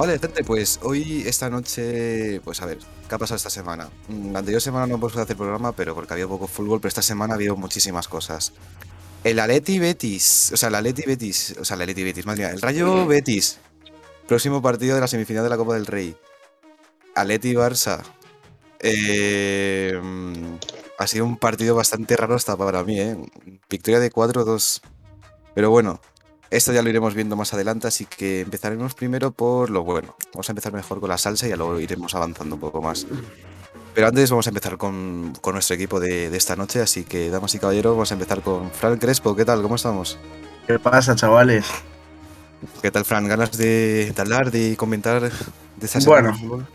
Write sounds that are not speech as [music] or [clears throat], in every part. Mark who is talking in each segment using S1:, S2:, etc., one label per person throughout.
S1: Vicente, pues hoy, esta noche, pues a ver, ¿qué ha pasado esta semana? Mm, La anterior semana no puse hacer programa, pero porque había poco fútbol, pero esta semana ha habido muchísimas cosas. El Aleti Betis, o sea, el Aleti Betis, o sea, el Aleti Betis, madre mía, el Rayo Betis, próximo partido de la semifinal de la Copa del Rey. Aleti Barça. Eh, mm, ha sido un partido bastante raro hasta para mí, ¿eh? Victoria de 4-2. Pero bueno, esto ya lo iremos viendo más adelante, así que empezaremos primero por lo bueno. Vamos a empezar mejor con la salsa y ya luego iremos avanzando un poco más. Pero antes vamos a empezar con, con nuestro equipo de, de esta noche, así que damas y caballeros, vamos a empezar con Fran Crespo. ¿Qué tal? ¿Cómo estamos?
S2: ¿Qué pasa, chavales?
S1: ¿Qué tal, Fran? ¿Ganas de, de hablar, de comentar de esta semana?
S2: Bueno.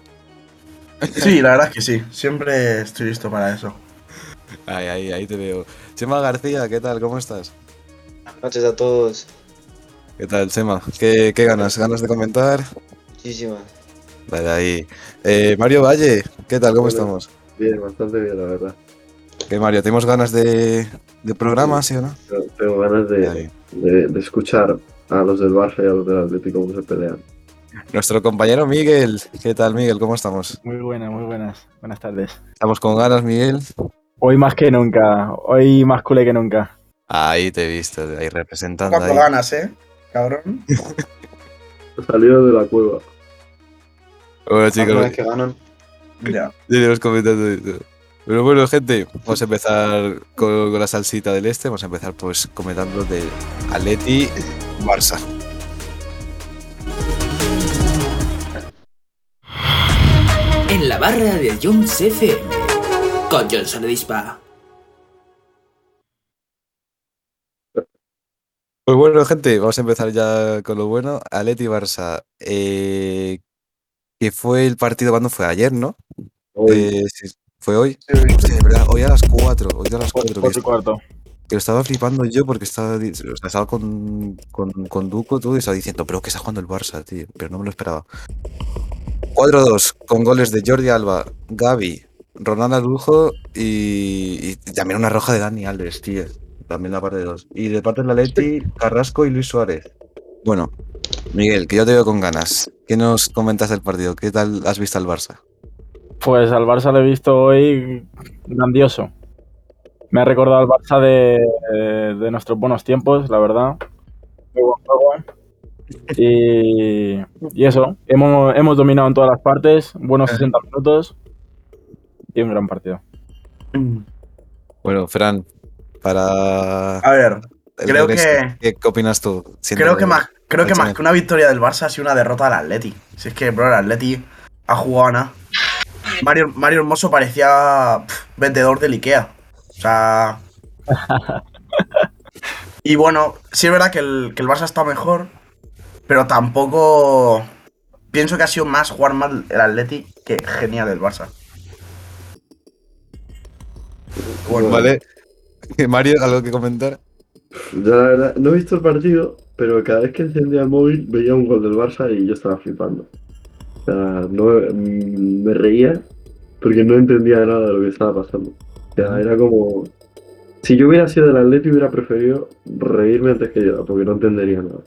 S2: Sí, la verdad es que sí. Siempre estoy listo para eso.
S1: Ahí, ahí, ahí te veo. Chema García, ¿qué tal? ¿Cómo estás?
S3: Buenas noches a todos.
S1: ¿Qué tal, Chema? ¿Qué, qué ganas? ¿Ganas de comentar?
S3: Muchísimas.
S1: Vale, ahí. Eh, Mario Valle, ¿qué tal? ¿Cómo
S4: Hola.
S1: estamos?
S4: Bien, bastante bien, la verdad.
S1: ¿Qué, Mario? ¿Tenemos ganas de, de programa, sí o no?
S4: Pero Tengo ganas de,
S1: Ahí.
S4: de- de escuchar a los del Barça y a los del Atlético cómo se pelean.
S1: Nuestro compañero Miguel, ¿qué tal, Miguel? ¿Cómo estamos?
S5: Muy buenas, muy buenas. Buenas tardes.
S1: ¿Estamos con ganas, Miguel?
S5: Hoy más que nunca, hoy más culé que nunca.
S1: Ahí te he visto, ahí representando.
S2: Cuatro
S1: Ahí.
S2: ganas, ¿eh? Cabrón.
S4: Salido de la cueva.
S1: Bueno,
S3: Alguna
S1: chicos,
S3: vez que ganan.
S2: Ya.
S1: iremos comentando esto. Pero bueno, gente, vamos a empezar con, con la salsita del este. Vamos a empezar pues comentando de Atleti Barça.
S6: En la barra de Jones FM con Johnson Dispa.
S1: Pues bueno, gente, vamos a empezar ya con lo bueno. Atleti Barça, eh, que fue el partido cuando fue ayer, ¿no?
S4: Hoy,
S1: Eh, sí, fue hoy.
S2: Sí, hoy.
S1: Hostia, de verdad, hoy a las 4. Hoy a las 4.
S5: Cuatro y cuarto.
S1: que lo estaba flipando yo porque estaba, di- o sea, estaba con, con, con Duco tú, y estaba diciendo, pero que está jugando el Barça, tío, pero no me lo esperaba. 4-2 con goles de Jordi Alba, Gaby, Ronald Arujo y, y también una roja de Dani Alves, tío. También la parte de dos. Y de parte de la Leti, Carrasco y Luis Suárez. Bueno, Miguel, que yo te veo con ganas. ¿Qué nos comentas del partido? ¿Qué tal has visto al Barça?
S5: Pues al Barça lo he visto hoy grandioso. Me ha recordado al Barça de, eh, de nuestros buenos tiempos, la verdad. Muy buen juego. Y, y eso, hemos, hemos dominado en todas las partes, buenos 60 minutos y un gran partido.
S1: Bueno, Fran, para...
S2: A ver,
S1: el
S2: creo
S1: regreso,
S2: que-
S1: ¿Qué qué opinas tú? Siendo-
S2: creo que más, creo que,
S1: Échame.
S2: más que una victoria del Barça ha sido una derrota del Atleti. Si es que, bro, el Atleti ha jugado a nada. Mario, Mario Hermoso parecía pf, vendedor del Ikea. O sea. Y bueno, sí es verdad que el, que el Barça está mejor, pero tampoco. Pienso que ha sido más jugar mal el Atleti que genial el Barça.
S4: bueno,
S1: Vale. [laughs] Mario, ¿algo que comentar?
S4: Yo la verdad, no he visto el partido, pero cada vez que encendía el móvil veía un gol del Barça y yo estaba flipando. O sea, no, mm, me reía porque no entendía nada de lo que estaba pasando. O sea, era como... Si yo hubiera sido del Atlético hubiera preferido reírme antes que llorar, porque no entendería nada.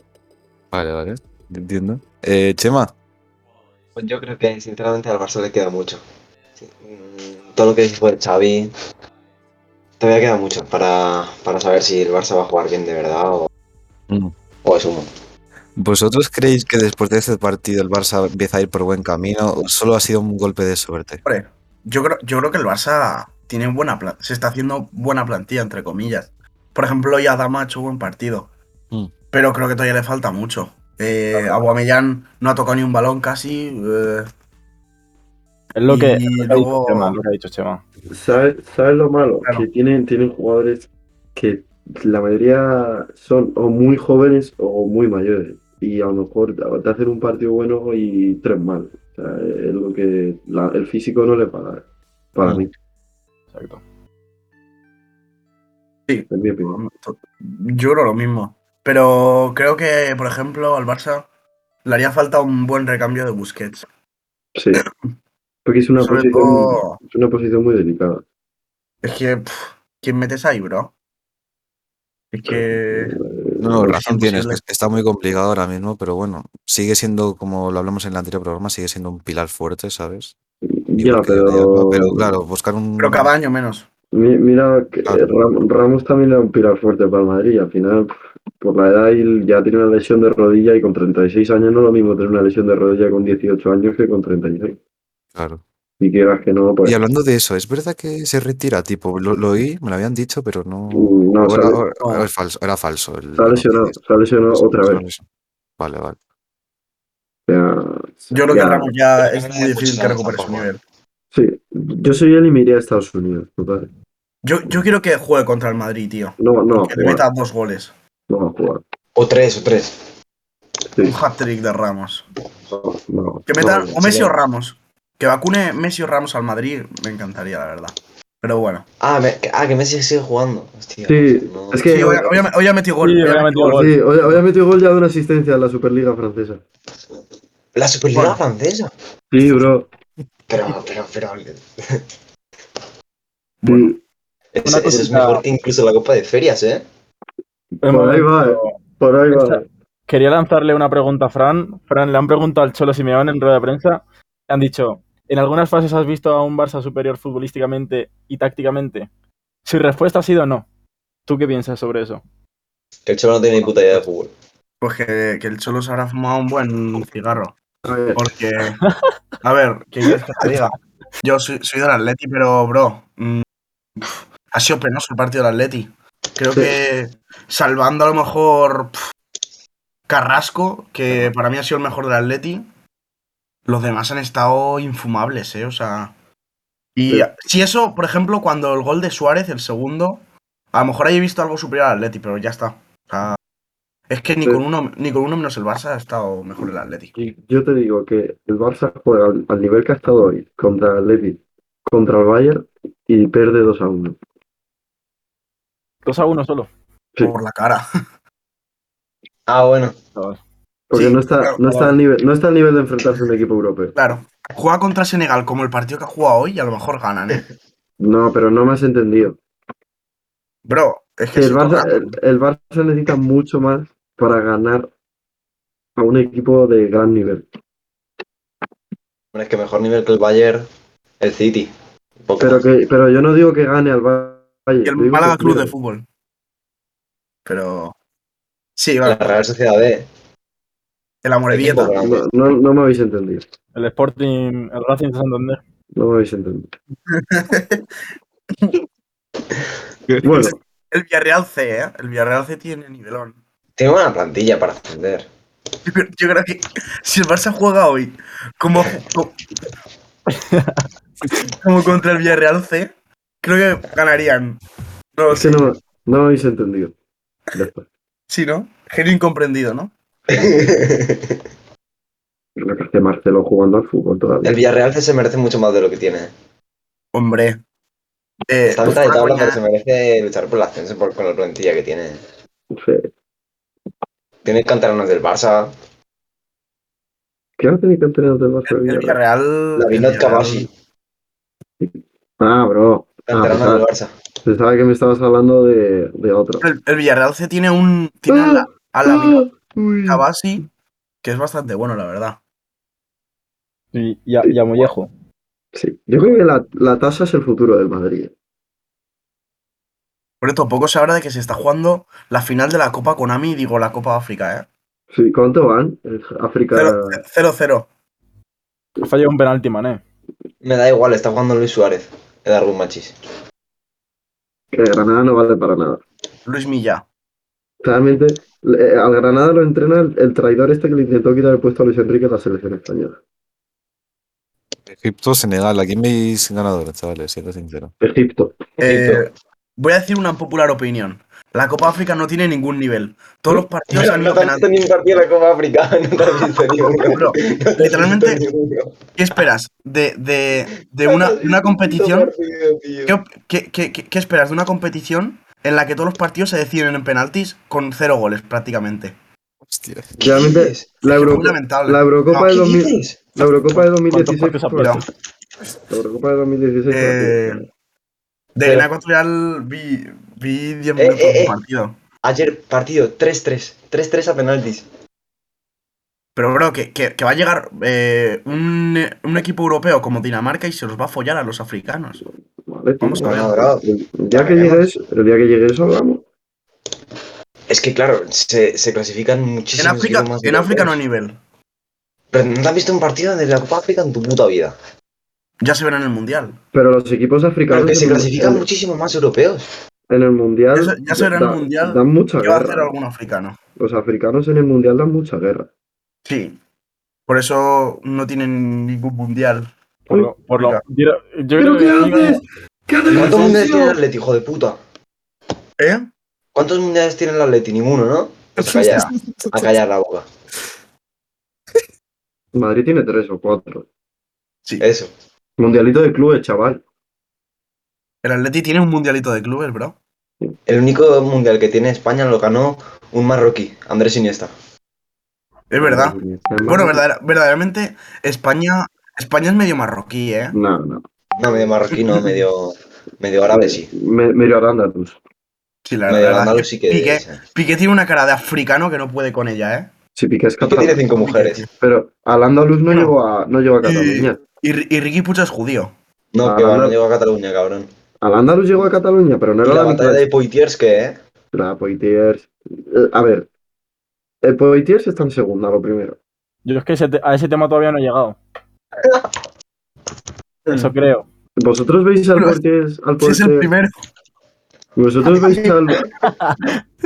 S1: Vale, vale. Entiendo. Eh, Chema,
S3: Pues yo creo que sinceramente al Barça le queda mucho. Sí, mm, Todo lo que dijo el Xavi. Todavía queda mucho para, para saber si el Barça va a jugar bien de verdad o,
S1: Mm.
S3: o es humo.
S1: ¿vosotros creéis que después de este partido el Barça empieza a ir por buen camino o solo ha sido un golpe de suerte?
S2: Hombre, yo creo, yo creo que el Barça tiene buena plan- se está haciendo buena plantilla, entre comillas. Por ejemplo, hoy Adama ha hecho buen partido.
S1: Mm.
S2: Pero creo que todavía le falta mucho. Eh, Aubameyang no ha tocado ni un balón casi. eh,
S5: Es lo que, lo que ha
S2: Y
S5: dicho
S2: luego-
S5: Chema, lo que ha dicho Chema.
S4: ¿Sabes, sabes lo malo?
S2: Claro.
S4: Que tienen, tienen jugadores que la mayoría son o muy jóvenes o muy mayores. Y a lo mejor te hacen un partido bueno y tres mal. O sea, es lo que la- el físico no le para, para
S1: Mm.
S4: mí,
S5: Exacto.
S4: en mi opinión.
S2: yo creo lo mismo. Pero creo que, por ejemplo, al Barça le haría falta un buen recambio de Busquets.
S4: Sí. Porque es una,
S2: Sobre
S4: posición,
S2: todo,
S4: es una posición muy delicada.
S2: es que, pf, ¿quién metes ahí, bro? Es que
S4: Eh,
S1: No,
S2: es
S1: razón tienes,
S2: imposible.
S1: que está muy complicado ahora mismo, pero bueno, sigue siendo, como lo hablamos en el anterior programa, sigue siendo un pilar fuerte, ¿sabes?
S4: Ya,
S1: Igual que
S4: pero.
S1: Diego, pero claro, buscar un...
S2: Pero cada año menos.
S4: Mi- Mira, que
S1: Claro.
S4: Ram- Ramos también era un pilar fuerte para el Madrid. y Al final, pf, por la edad, y ya tiene una lesión de rodilla y con 36 años no es lo mismo tener una lesión de rodilla con 18 años que con 36.
S1: claro.
S4: Si quieras que no, pues
S1: Y hablando de eso, ¿es verdad que se retira? Tipo, lo, lo oí, me lo habían dicho, pero no.
S4: mm, no,
S1: o
S4: se
S1: era,
S4: ha-
S1: o-
S2: no.
S1: o es falso, era falso. el-
S4: se ha
S1: la
S4: lesionado,
S1: noticia.
S4: se ha lesionado
S1: Sí,
S4: otra
S1: se ha
S4: vez.
S1: lesionado. Vale, vale.
S4: O sea,
S2: Yo creo que
S4: ya-
S2: Ramos ya
S3: Pero
S2: es
S3: no
S2: muy
S3: hay
S2: difícil
S3: mucho
S2: que recupere su
S3: tampoco.
S2: nivel.
S4: Sí, yo soy él y me iría a Estados Unidos, total.
S2: Yo, yo quiero que juegue contra el Madrid, tío.
S4: No, no, a
S2: Que le
S4: jugar,
S2: meta dos goles.
S4: no a jugar.
S3: O tres, o tres.
S4: Sí,
S2: Un hat-trick de Ramos.
S4: no.
S2: Que metan
S3: No,
S2: o Messi o
S3: sería-
S2: Ramos. Que vacune Messi o Ramos al Madrid, me encantaría, la verdad. Pero bueno.
S3: Ah, me- ah, que Messi sigue jugando. Hostia,
S4: Sí,
S3: no.
S4: es que-
S2: Sí, hoy, hoy ha- hoy ha metido gol.
S5: Sí,
S2: hoy ha
S5: hoy ha metido gol.
S4: Sí, hoy, hoy ha metido gol ya de una asistencia en la Superliga Francesa.
S3: La Superliga
S2: Bueno.
S3: francesa.
S4: Sí, bro.
S3: Pero, pero, pero. Ese,
S2: Bueno.
S3: ese es
S5: cosita-
S3: mejor que incluso la Copa de Ferias, ¿eh?
S5: Un
S4: Por ahí va, eh.
S5: momento.
S4: Por ahí va.
S5: Esta- Quería lanzarle una pregunta a Fran. Fran, le han preguntado al Cholo Simeón en rueda de prensa. Le han dicho, ¿en algunas fases has visto a un Barça superior futbolísticamente y tácticamente? Su respuesta ha sido no. ¿Tú qué piensas sobre eso?
S3: Que el chaval no tiene ni puta idea de fútbol.
S2: Pues que, que el Cholo se habrá fumado un buen cigarro.
S4: A ver,
S2: Porque. A ver, ¿qué quieres que te diga? Yo soy, soy del Atleti, pero, bro. mm, pf, ha sido penoso el partido del Atleti. Creo
S4: Sí.
S2: que. Salvando a lo mejor. pf, Carrasco, que para mí ha sido el mejor del Atleti. Los demás han estado infumables, ¿eh? O sea. Y
S4: Sí.
S2: si eso, por ejemplo, cuando el gol de Suárez, el segundo. A lo mejor ahí he visto algo superior al Atleti, pero ya está. O sea. Es que ni
S4: Sí.
S2: con uno, ni con uno menos el Barça ha estado mejor el Atleti.
S4: y yo te digo que el Barça juega al, al nivel que ha estado hoy contra el Levy, contra el Bayern y pierde 2 a 1.
S5: Dos a uno solo.
S4: Sí.
S2: Por la cara.
S3: Ah, bueno.
S4: Porque
S2: Sí,
S4: no, está,
S2: claro,
S4: no, está
S5: claro.
S4: al nivel, no está al nivel de enfrentarse a un equipo europeo.
S2: Claro. Juega contra Senegal como el partido que ha jugado hoy y a lo mejor ganan, ¿eh?
S4: No, pero no me has entendido.
S2: Bro, es que
S4: Que el,
S2: si
S4: Barça, eh,
S2: toca-
S4: el, el Barça necesita mucho más para ganar a un equipo de gran nivel.
S3: Bueno, es que mejor nivel que el Bayern, el City. Un poco
S4: Pero,
S3: más.
S4: que, pero yo no digo que gane al Bayern.
S2: y el
S4: digo que
S2: Málaga Club de
S4: pierda.
S2: Fútbol. Pero. Sí,
S3: La
S2: vale.
S3: Real Sociedad B.
S2: El Amorebieta.
S3: Equipo grande.
S4: No, no, no me habéis entendido.
S5: El Sporting, el Racing de Santander.
S4: No me habéis entendido. Bueno,
S2: El Villarreal C, ¿eh? El Villarreal C tiene nivelón. [laughs]
S3: Tiene buena plantilla para
S4: [laughs]
S3: ascender.
S2: Yo, creo- yo creo que si el Barça juega hoy como,
S4: [laughs]
S2: como, como contra el Villarreal C, creo que ganarían. No lo
S4: es que
S2: sé.
S4: no, no me habéis entendido. Ya está.
S2: Sí, ¿no? Genio incomprendido, ¿no?
S3: el
S4: Lo que hace Marcelo jugando al fútbol todavía.
S3: Villarreal se merece mucho más de lo que tiene.
S2: Hombre. Eh,
S3: Está a
S2: pues
S3: mitad de
S2: fuera
S3: tabla, pero
S2: coña,
S3: se merece luchar por el ascenso por, con la plantilla que tiene.
S4: Sí.
S3: Tiene canteranos del Barça.
S4: ¿Qué ahora tiene que entrenar del Barça?
S2: El,
S4: Villarreal?
S2: el Villarreal. el
S3: David
S2: Villarreal-
S3: Kabasi,
S4: Ah, bro. Ah,
S3: canterano del Barça.
S4: Pensaba que me estabas hablando de, de otro.
S2: El, el Villarreal C tiene un. Tiene a la, a la
S4: Mm.
S2: Cabasi, que es bastante bueno, la verdad.
S5: Y, y a, y a Mollejo.
S4: Sí. Yo creo que la, la tasa es el futuro del Madrid.
S2: Por esto, poco se habla de que se está jugando la final de la Copa Konami, digo la Copa África, ¿eh?
S4: Sí, ¿cuánto van? Es África.
S2: 0-0.
S5: Ha fallado un penalti, mané.
S3: Me da igual, está jugando Luis Suárez. El Darwin Machis.
S4: Que Granada no vale para nada.
S2: Luis Milla.
S4: Realmente, le- eh, al Granada lo entrena el, el traidor este que le intentó quitar el puesto a Luis Enrique en la selección española.
S1: Egipto, Senegal, ¿a quién veis ganador, chavales? Siendo sincero.
S4: Egipto.
S2: Eh, voy a decir una popular opinión. La Copa África no tiene ningún nivel. Todos los partidos han ido penalti.
S3: ni un partido de la Copa Africana. [laughs] No te has
S2: [laughs]
S3: visto ni uno. No
S2: Bro,
S3: te has
S2: literalmente,
S3: visto ni uno.
S2: ¿Qué esperas de, de- de una, de
S4: [laughs]
S2: una competición? ¿Qué, op- qué- qué- qué- qué esperas de una competición en la que todos los partidos se deciden en penaltis con cero goles prácticamente?
S1: Hostia.
S4: [laughs] Realmente,
S3: dices?
S4: la,
S2: Es
S4: Euro-
S2: muy lamentable.
S4: la Eurocopa
S2: No,
S4: de
S3: ¿Qué
S4: 2000
S3: dices?
S4: la Eurocopa de 2016
S5: ¿Cuántos partidos ha
S4: fue-
S5: perdido?
S2: Pero,
S4: La Eurocopa de 2016 fue
S2: eh,
S4: así.
S2: de
S3: Pero-
S2: Guinea Ecuatorial vi, vi 10
S3: Eh,
S2: minutos
S3: eh,
S2: de
S3: eh.
S2: partido.
S3: Ayer partido 3-3. 3-3 a penaltis.
S2: Pero, bro, que, que- que va a llegar eh, un, un equipo europeo como Dinamarca y se los va a follar a los africanos.
S4: Vale,
S2: Vamos
S4: tío.
S2: a ver.
S3: Bueno, bro,
S4: El día que llegue eso, el día que llegue eso, vamos.
S3: Es que claro, se, se clasifican muchísimo.
S2: En África, en África no hay nivel.
S3: Pero no te has visto un partido de la Copa África en tu puta vida.
S2: Ya se verá en el Mundial.
S4: Pero los equipos
S3: Pero
S4: africanos
S3: que se
S4: en,
S3: clasifican
S4: en-
S3: muchísimo más europeos.
S4: en el mundial
S2: Ya se- ya se verá en el Mundial
S4: dan mucha
S2: ¿Qué va a hacer
S4: guerra.
S2: algún africano?
S4: Los africanos en el mundial dan mucha guerra.
S2: Sí. Por eso no tienen ningún mundial.
S5: Por lo, por lo- yo, yo creo
S4: ¿Pero qué
S5: que-
S4: haces? ¿Qué haces?
S3: ¿Cuántos mundiales
S4: tío?
S3: tiene el Atleti, hijo de puta?
S2: ¿Eh?
S3: ¿Cuántos mundiales tiene el Atleti? Ninguno, ¿no? Pues a callar, a callar la boca.
S4: Madrid tiene tres o cuatro.
S2: Sí.
S3: Eso.
S4: Mundialito de clubes, chaval.
S2: El Atleti tiene un mundialito de clubes, bro.
S3: El único mundial que tiene España lo ganó un marroquí, Andrés Iniesta.
S2: Es verdad. Bueno, verdadera- verdaderamente, España, España es medio marroquí, ¿eh?
S4: No, no.
S3: No, medio marroquí, no, medio, medio árabe sí.
S4: Me, medio arándanos.
S2: Sí, la
S3: Medio
S2: verdad.
S3: andaluz
S2: es
S3: sí
S2: que
S3: que
S2: Piqué,
S3: es.
S2: Piqué tiene una cara de africano que no puede con ella, ¿eh?
S4: Sí, Piqué es
S3: Piqué
S4: catalán.
S3: tiene cinco mujeres.
S4: Pero al andaluz no,
S2: No.
S4: llegó a, no llegó a Cataluña.
S2: Y, y Ricky Pucha es judío.
S3: No,
S4: Ah,
S3: que va,
S4: no.
S3: no llegó a Cataluña, cabrón.
S4: Al andaluz llegó a Cataluña, pero no
S3: Y
S4: era
S3: la
S4: la mitad
S3: batalla de Poitiers, que, ¿eh?
S4: La Poitiers. Eh, A ver. El Poitiers está en segunda, lo primero.
S5: Yo es que ese te- a ese tema todavía no he llegado.
S4: Mm.
S5: Eso creo.
S4: Vosotros veis al
S2: Pero-
S4: Poitiers. Al
S2: Sí, es el
S4: Poitiers-
S2: primero.
S4: Vosotros
S2: [laughs]
S4: veis al.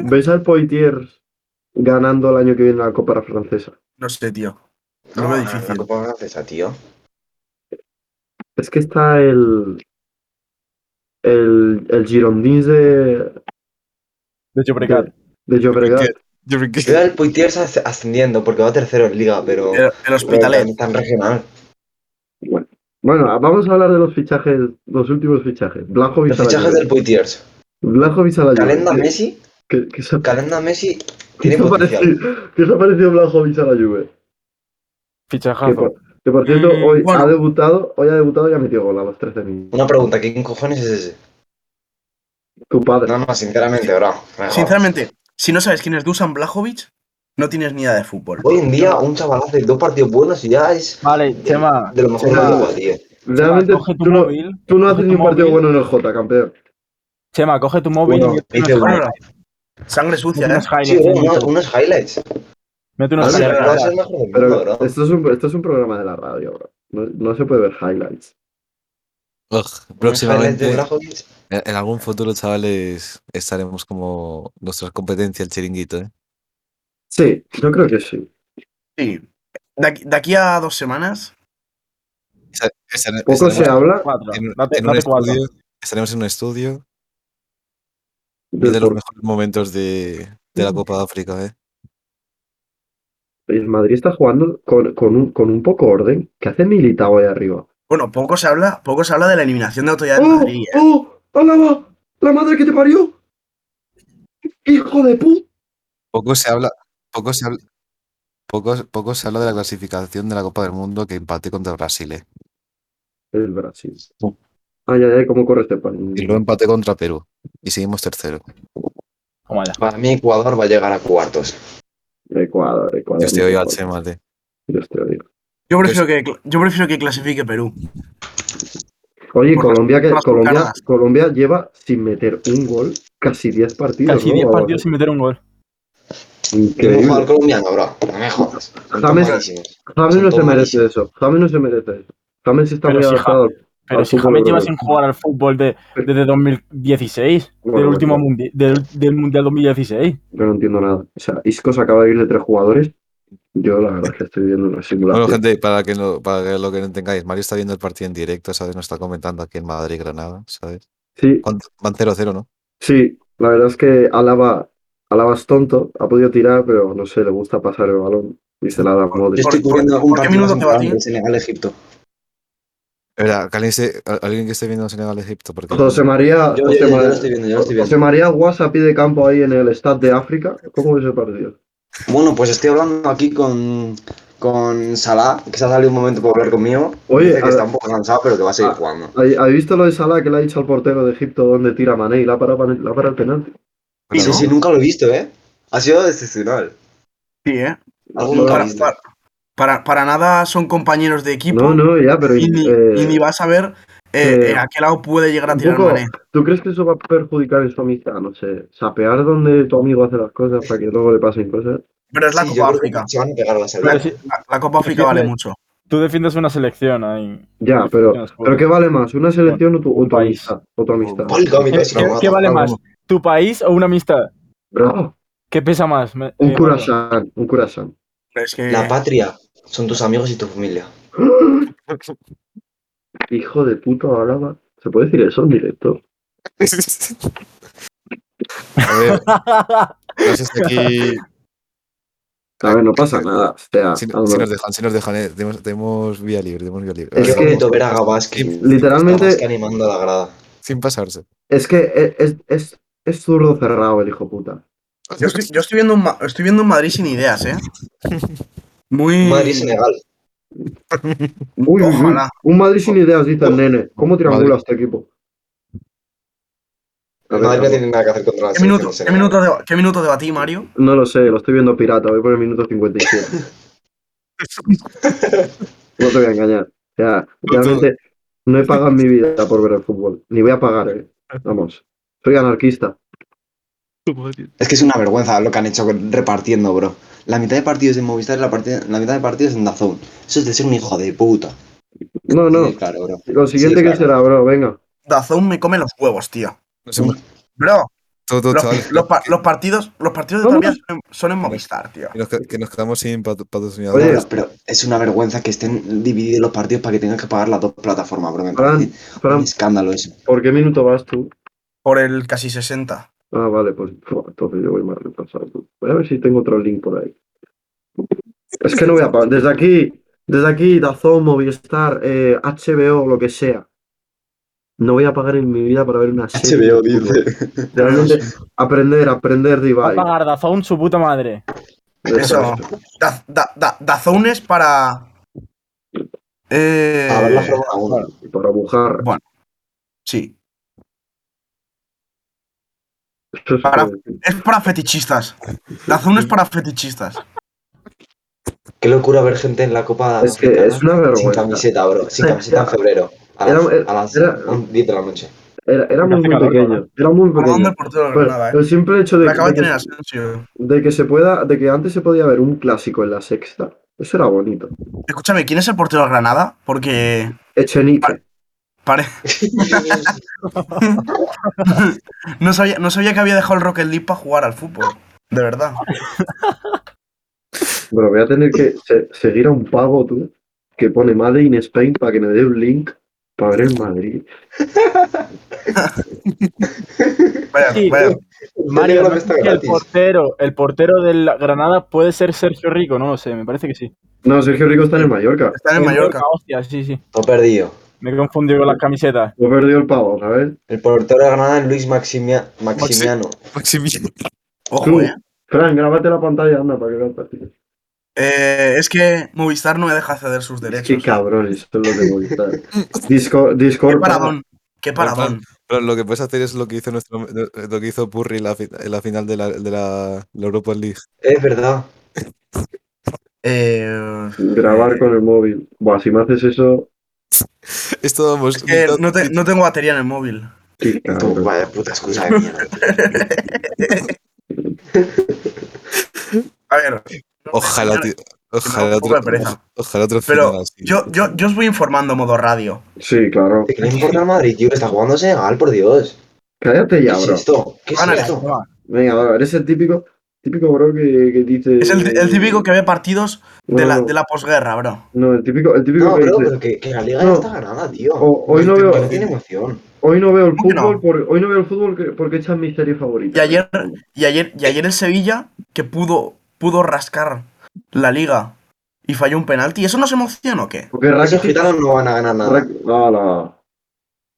S4: ¿Veis al Poitiers ganando el año que viene la Copa Francesa?
S2: No sé, tío. Lo
S3: No,
S2: veo
S3: la
S2: difícil.
S3: Copa Francesa, tío.
S4: Es que está el. El, el Girondins de.
S5: De hecho, precar.
S4: De Llobregat.
S1: Yo me quedé-
S3: Veo al Poitiers as- ascendiendo, porque va tercero en Liga, pero...
S2: El, el eh.
S3: pero
S2: hospitalet.
S3: tan- tan regional.
S4: Bueno, vamos a hablar de los fichajes, los últimos fichajes. Blajovic
S3: Los
S4: a la
S3: fichajes
S4: Juve.
S3: del Poitiers.
S4: Blajovic a la Juve.
S3: Calenda Messi,
S4: ¿Qué, qué se-
S3: Calenda Messi
S4: qué
S3: tiene
S4: se ha
S3: potencial.
S4: parecido- qué se ha parecido Blajovic a la Juve? Que
S5: Fichajazo.
S4: por, que por cierto,
S2: Mm,
S4: hoy
S2: bueno.
S4: ha debutado, hoy ha debutado y ha metido gol a los 13 minutos.
S3: Una pregunta, ¿quién cojones es ese?
S4: Tu padre.
S3: No, no, sinceramente, bro. me jodas.
S2: Sinceramente, si no sabes quién es Dusan Blajovic, no tienes ni idea de fútbol.
S3: Hoy en día, un chaval hace dos partidos buenos y ya es
S5: Vale, Chema.
S3: de lo mejor de
S4: Chema.
S3: la liga, tío.
S4: Realmente
S5: Chema, coge tu
S4: tú no,
S5: móvil.
S4: tú no haces
S5: coge
S4: ni
S5: tu
S4: un partido
S5: móvil.
S4: bueno en el J, campeón.
S5: Chema, coge tu móvil.
S3: Uno,
S5: y mete
S3: dice
S5: unos
S3: uno.
S5: highlights,
S2: Sangre sucia,
S5: mete
S2: ¿eh?
S5: unos highlights
S3: Sí,
S5: en
S3: bro, unos,
S5: YouTube,
S3: unos highlights.
S5: Mete
S3: No
S5: unos
S3: sé,
S5: highlights.
S3: pero va a ser el mejor del mundo,
S4: Pero
S3: bro.
S4: esto es un, esto es un programa de la radio, bro. No, no se puede ver highlights.
S1: Ugh,
S3: Unos highlights de
S1: próximamente,
S3: Blajovic.
S1: en en algún futuro, chavales, estaremos como nuestra competencia, el chiringuito, ¿eh?
S4: Sí, yo creo que sí.
S2: Sí. De aquí, de aquí a dos semanas,
S1: Esa- esa-
S4: Poco
S1: estaremos
S4: se habla
S5: Cuatro.
S1: en-
S5: Date,
S1: en un
S5: date cuatro.
S1: estudio- Estaremos en un estudio y de
S4: del
S1: los
S4: por-
S1: mejores momentos de, de la Copa de África, ¿eh?
S4: el Madrid está jugando con, con un, con un poco orden. ¿Qué hace Militao ahí arriba?
S2: bueno, poco se habla, poco se habla de la eliminación de Autoridad de
S4: ¡Oh!
S2: Madrid, ¿eh?
S4: ¡Oh! ¡Álava! ¡La madre que te parió! ¡Hijo de puta!
S1: Poco se habla, poco se habla, poco, poco se habla de la clasificación de la Copa del Mundo que empate contra Brasil, ¿eh?
S4: El Brasil. Ay, ay, ay, ¿cómo corre este pan?
S1: Y luego empate contra Perú. Y seguimos tercero.
S5: Toma ya.
S3: Para mí, Ecuador va a llegar a cuartos.
S4: Ecuador, Ecuador.
S1: Yo estoy hoy al
S4: Ecuador.
S1: Chema, tío.
S4: Dios te oiga.
S2: Yo
S4: Pues
S2: prefiero, que, cl- yo prefiero que clasifique Perú.
S4: Oye,
S2: Por
S4: Colombia, que,
S2: por las
S4: Colombia,
S2: cucaradas.
S4: Colombia lleva sin meter un gol casi 10 partidos.
S5: Casi
S4: ¿no?
S5: 10
S4: O-
S5: partidos sin meter un gol.
S3: Ningún jugador
S4: Increíble.
S3: colombiano, bro. No me jodas. Son tan
S4: James-
S3: malísimos.
S4: James no
S3: Son
S4: se
S3: todo
S4: merece
S3: malísimo.
S4: eso. James no se merece eso. James está
S5: Pero
S4: muy
S5: si
S4: adaptado.
S5: Pero
S4: Al
S5: si
S4: fútbol
S5: James lleva
S4: europeo.
S5: sin jugar al fútbol de- desde 2016,
S4: Bueno,
S5: del último
S4: bueno.
S5: mundi- del, del Mundial 2016.
S4: Yo no entiendo nada. O sea, Isco se acaba de ir de tres jugadores. Yo la verdad es que estoy viendo una
S1: Bueno,
S4: simulación.
S1: gente, para que no, para que lo que no tengáis, Mario está viendo el partido en directo, ¿sabes? No está comentando aquí en Madrid Granada, ¿sabes?
S4: Sí,
S1: ¿Cuánto? Van 0-0, ¿no?
S4: sí. La verdad es que Alaba, Alaba es tonto. Ha podido tirar, pero no sé, le gusta pasar el balón. Y se la da a
S3: Yo
S4: Modric.
S3: estoy
S2: ¿Por-
S3: cubriendo un
S2: por qué
S3: partido más
S2: minuto te va a ti?
S3: importante, Senegal-Egipto.
S1: Es verdad, que alguien, se- a- alguien que esté viendo Senegal-Egipto, porque...
S4: José
S1: [laughs]
S4: María,
S3: Yo, yo,
S4: José
S3: yo, yo
S4: María-
S3: lo estoy viendo, yo lo estoy
S4: José
S3: viendo.
S4: María Guasa pide campo ahí en el Stad de África. ¿Cómo es el partido?
S3: Bueno, pues estoy hablando aquí con, con Salah, que se ha salido un momento para hablar conmigo.
S4: Oye,
S3: Dice que
S4: a-
S3: está un poco cansado, pero que va a seguir
S4: a-
S3: jugando.
S4: ¿Habéis visto lo de Salah que le ha dicho al portero de Egipto dónde tira Mané y la para, la para el penalti?
S3: Sí,
S1: Claro.
S3: sí, nunca lo he visto, ¿eh? Ha sido excepcional.
S2: Sí, ¿eh?
S3: Algo nunca lo he
S2: Para,
S3: visto.
S2: para- para- para nada son compañeros de equipo.
S4: No, no, ya, pero.
S2: y, ni,
S4: eh,
S2: y ni vas a ver eh,
S4: eh,
S2: eh, a qué lado puede llegar a
S4: un
S2: tirar
S4: poco,
S2: Mané.
S4: ¿Tú crees que eso va a perjudicar en su amistad? No sé, sapear donde tu amigo hace las cosas para que luego le pasen cosas.
S2: Pero es la
S3: Sí, yo
S2: Copa
S3: creo que
S2: África.
S3: Se van a pegar a la
S5: Pero
S3: salida.
S5: si-
S2: La, la Copa África vale mucho.
S5: tú defiendes una selección ahí.
S4: Ya, pero, pero ¿qué vale más? ¿Una selección o tu, o tu
S5: País.
S4: amistad? O tu amistad.
S3: Polgo, mi
S5: ¿Qué,
S3: coche,
S5: qué-
S3: no,
S5: qué vale
S3: no,
S5: más? ¿Tu país o una amistad?
S4: Bro,
S5: ¿Qué pesa más? Me-
S4: un
S5: eh,
S4: curasán, un curasán.
S2: Es que
S3: La patria son tus amigos y tu familia.
S4: Hijo de puto Álava. ¿Se puede decir eso en directo?
S1: A
S4: [laughs]
S1: ver,
S5: Álvaro.
S1: no sé si aquí.
S4: A ver, no pasa nada. O sea,
S1: Si, si
S4: Ah, a ver,
S1: nos dejan, si nos dejan, eh, tenemos, tenemos vía libre, tenemos vía libre.
S4: Es
S3: Qué
S4: que-
S3: bonito ver a Gabaski.
S4: literalmente-
S3: Gabaski animando a la grada.
S1: Sin pasarse.
S4: es que es, es, es, es zurdo cerrado el hijo puta.
S2: yo, estoy, yo estoy viendo un, Ma- estoy viendo un Madrid sin ideas, ¿eh? Muy.
S3: Madrid-Senegal.
S4: Uy, uy, uy.
S2: Ojalá.
S4: Un Madrid sin ideas, dice el nene. ¿Cómo triangula este equipo? A ver,
S3: Madrid no
S4: vamos.
S3: tiene nada que hacer contra la
S2: ¿Qué minuto,
S3: selección
S2: qué
S3: de
S2: minuto de, ¿Qué minuto de batí, Mario?
S4: No lo sé, lo estoy viendo pirata, voy por el
S3: [laughs]
S4: minuto 57. no te voy a engañar. O sea, realmente no he pagado en mi vida por ver el fútbol. Ni voy a pagar, eh. Vamos. Soy anarquista.
S3: Es que es una vergüenza lo que han hecho con- repartiendo, bro. La mitad de partidos de Movistar y la, parte- la mitad de partidos en Dazón. Eso es de ser un hijo de puta.
S4: No, no.
S3: Sí, claro, bro.
S4: Lo siguiente
S3: Sí,
S4: que
S3: claro.
S4: será, bro, venga.
S2: Dazón me come los huevos, tío.
S1: No sé,
S2: Bro,
S1: todo, todo,
S2: los,
S1: chaval.
S2: los pa- los partidos, los partidos de
S4: ¿Cómo?
S2: Tavia son, en- son en Movistar, tío.
S1: Que nos, ca- que nos quedamos sin patro-
S4: Oye,
S1: patrocinadores.
S3: Bro, pero es una vergüenza que estén divididos los partidos para que tengan que pagar las dos plataformas, bro. Me
S4: Fran,
S3: parece
S4: Fran,
S3: un escándalo [laughs] eso.
S4: ¿por qué minuto vas tú?
S2: Por el casi 60.
S4: Ah, vale, pues [laughs] pf, entonces yo voy mal retrasado. Voy a ver si tengo otro link por ahí. Es que no voy a pagar. Desde aquí, desde aquí, Dazón, Movistar, eh, HBO, lo que sea. No voy a pagar en mi vida para ver una serie. de fútbol. Realmente, aprender, aprender de
S5: Va a
S4: Ibai.
S5: pagar Dazón su puta madre.
S2: Eso. Da- da- da- Dazón es para. Eh,
S3: A ver Ah, la Fórmula 1.
S4: Para bujar.
S2: Bueno, sí.
S4: Eso es-
S2: para- Es para fetichistas. Dazón es para fetichistas.
S3: Qué locura ver gente en la Copa
S4: Es que
S3: Africana
S4: es una
S3: sin
S4: vergüenza.
S3: camiseta, bro.
S4: [laughs]
S3: Sin camiseta en febrero. A las,
S4: Era-
S3: a las
S4: era-
S3: 10 de la noche.
S4: Era- éramos
S5: Hace
S4: muy
S5: calor,
S4: pequeños. Éramos muy
S2: Hablando
S4: pequeños.
S2: del portero del
S4: Pero,
S2: Granada, eh.
S4: el simple hecho de,
S2: Le acaba de
S4: de
S2: tener
S4: que,
S2: Asensio.
S4: de que se pueda, de que antes se podía ver un clásico en la sexta, eso era bonito.
S2: Escúchame, ¿quién es el portero del Granada? Porque.
S4: Echenique.
S5: [laughs]
S2: pare- no, sabía, no sabía que había dejado el Rocket League para jugar al fútbol. De verdad.
S4: Bueno, voy a tener que se- seguir a un pavo, tú, que pone Made in Spain para que me dé un link para ver el Madrid.
S2: Vaya,
S5: Sí.
S2: vaya.
S5: Mario,
S3: Telegram
S5: no sé
S3: está
S5: si el
S3: gratis.
S5: portero, el portero del Granada puede ser Sergio Rico, no lo sé, me parece que sí.
S4: No, Sergio Rico está en el Mallorca.
S2: Está en el Mallorca.
S5: Hostia, sí, sí.
S3: Lo he perdido.
S5: Me confundió con las camisetas.
S4: Lo perdió el pavo, ¿sabes?
S3: El portero de Granada es Luis Maximia- Maximiano.
S1: [laughs] Maximiliano.
S2: Ojo, eh.
S4: Fran, grábate la pantalla, anda, para que veas el partido.
S2: Eh, Es que Movistar no me deja ceder sus derechos.
S4: Qué cabrones son los de Movistar.
S2: [laughs]
S4: Discord, Discord
S2: Qué paradón. Qué paradón.
S1: Pero lo que puedes hacer es lo que hizo nuestro eh, lo que hizo Purri en la, fi- en la final de la, de la, la Europa League. [laughs]
S3: Es verdad.
S4: Ah,
S2: Eh,
S4: grabar con el móvil. Buah, si me haces eso,
S1: Esto vamos.
S2: es que
S1: mitad-
S2: no, te- no tengo batería en el móvil.
S4: qué
S3: Tú,
S4: cabrón.
S3: vaya puta excusa de mierda.
S2: A ver. no me
S1: Ojalá,
S2: engañes.
S1: tío, ojalá
S2: un poco
S1: otro,
S2: de pereza.
S1: ojalá otro
S2: Pero
S1: final así.
S2: Yo, yo, yo os voy informando modo radio.
S4: Sí, claro.
S3: ¿Qué le importa al Madrid, tío? Está jugando Senegal, por Dios.
S4: Cállate
S3: ¿Qué
S4: ya,
S3: es
S4: bro.
S3: esto? ¿Qué es
S2: Van a
S3: esto?
S4: Venga, va, eres el típico, típico bro que, que dice.
S2: Es el, el típico que ve partidos de
S4: No,
S2: la,
S4: no,
S2: de la posguerra, bro.
S4: No, el típico, el típico
S3: No,
S4: que
S3: bro,
S4: dice.
S3: pero que, que la liga ya
S4: No.
S3: está ganada, tío.
S4: "Oh, hoy, no
S2: no
S3: Que no
S4: veo,
S3: tiene emoción.
S4: hoy no veo el
S2: ¿Cómo que no?
S4: fútbol por- hoy no veo el fútbol que- porque echan mi serie favorita.
S2: Y ayer, y ayer, y ayer el Sevilla, que pudo, pudo rascar la liga y falló un penalti. ¿Eso nos emociona o qué?
S4: Porque
S3: Esos
S4: Rakitic.
S3: gitanos no van a ganar nada.
S4: Rak- ala.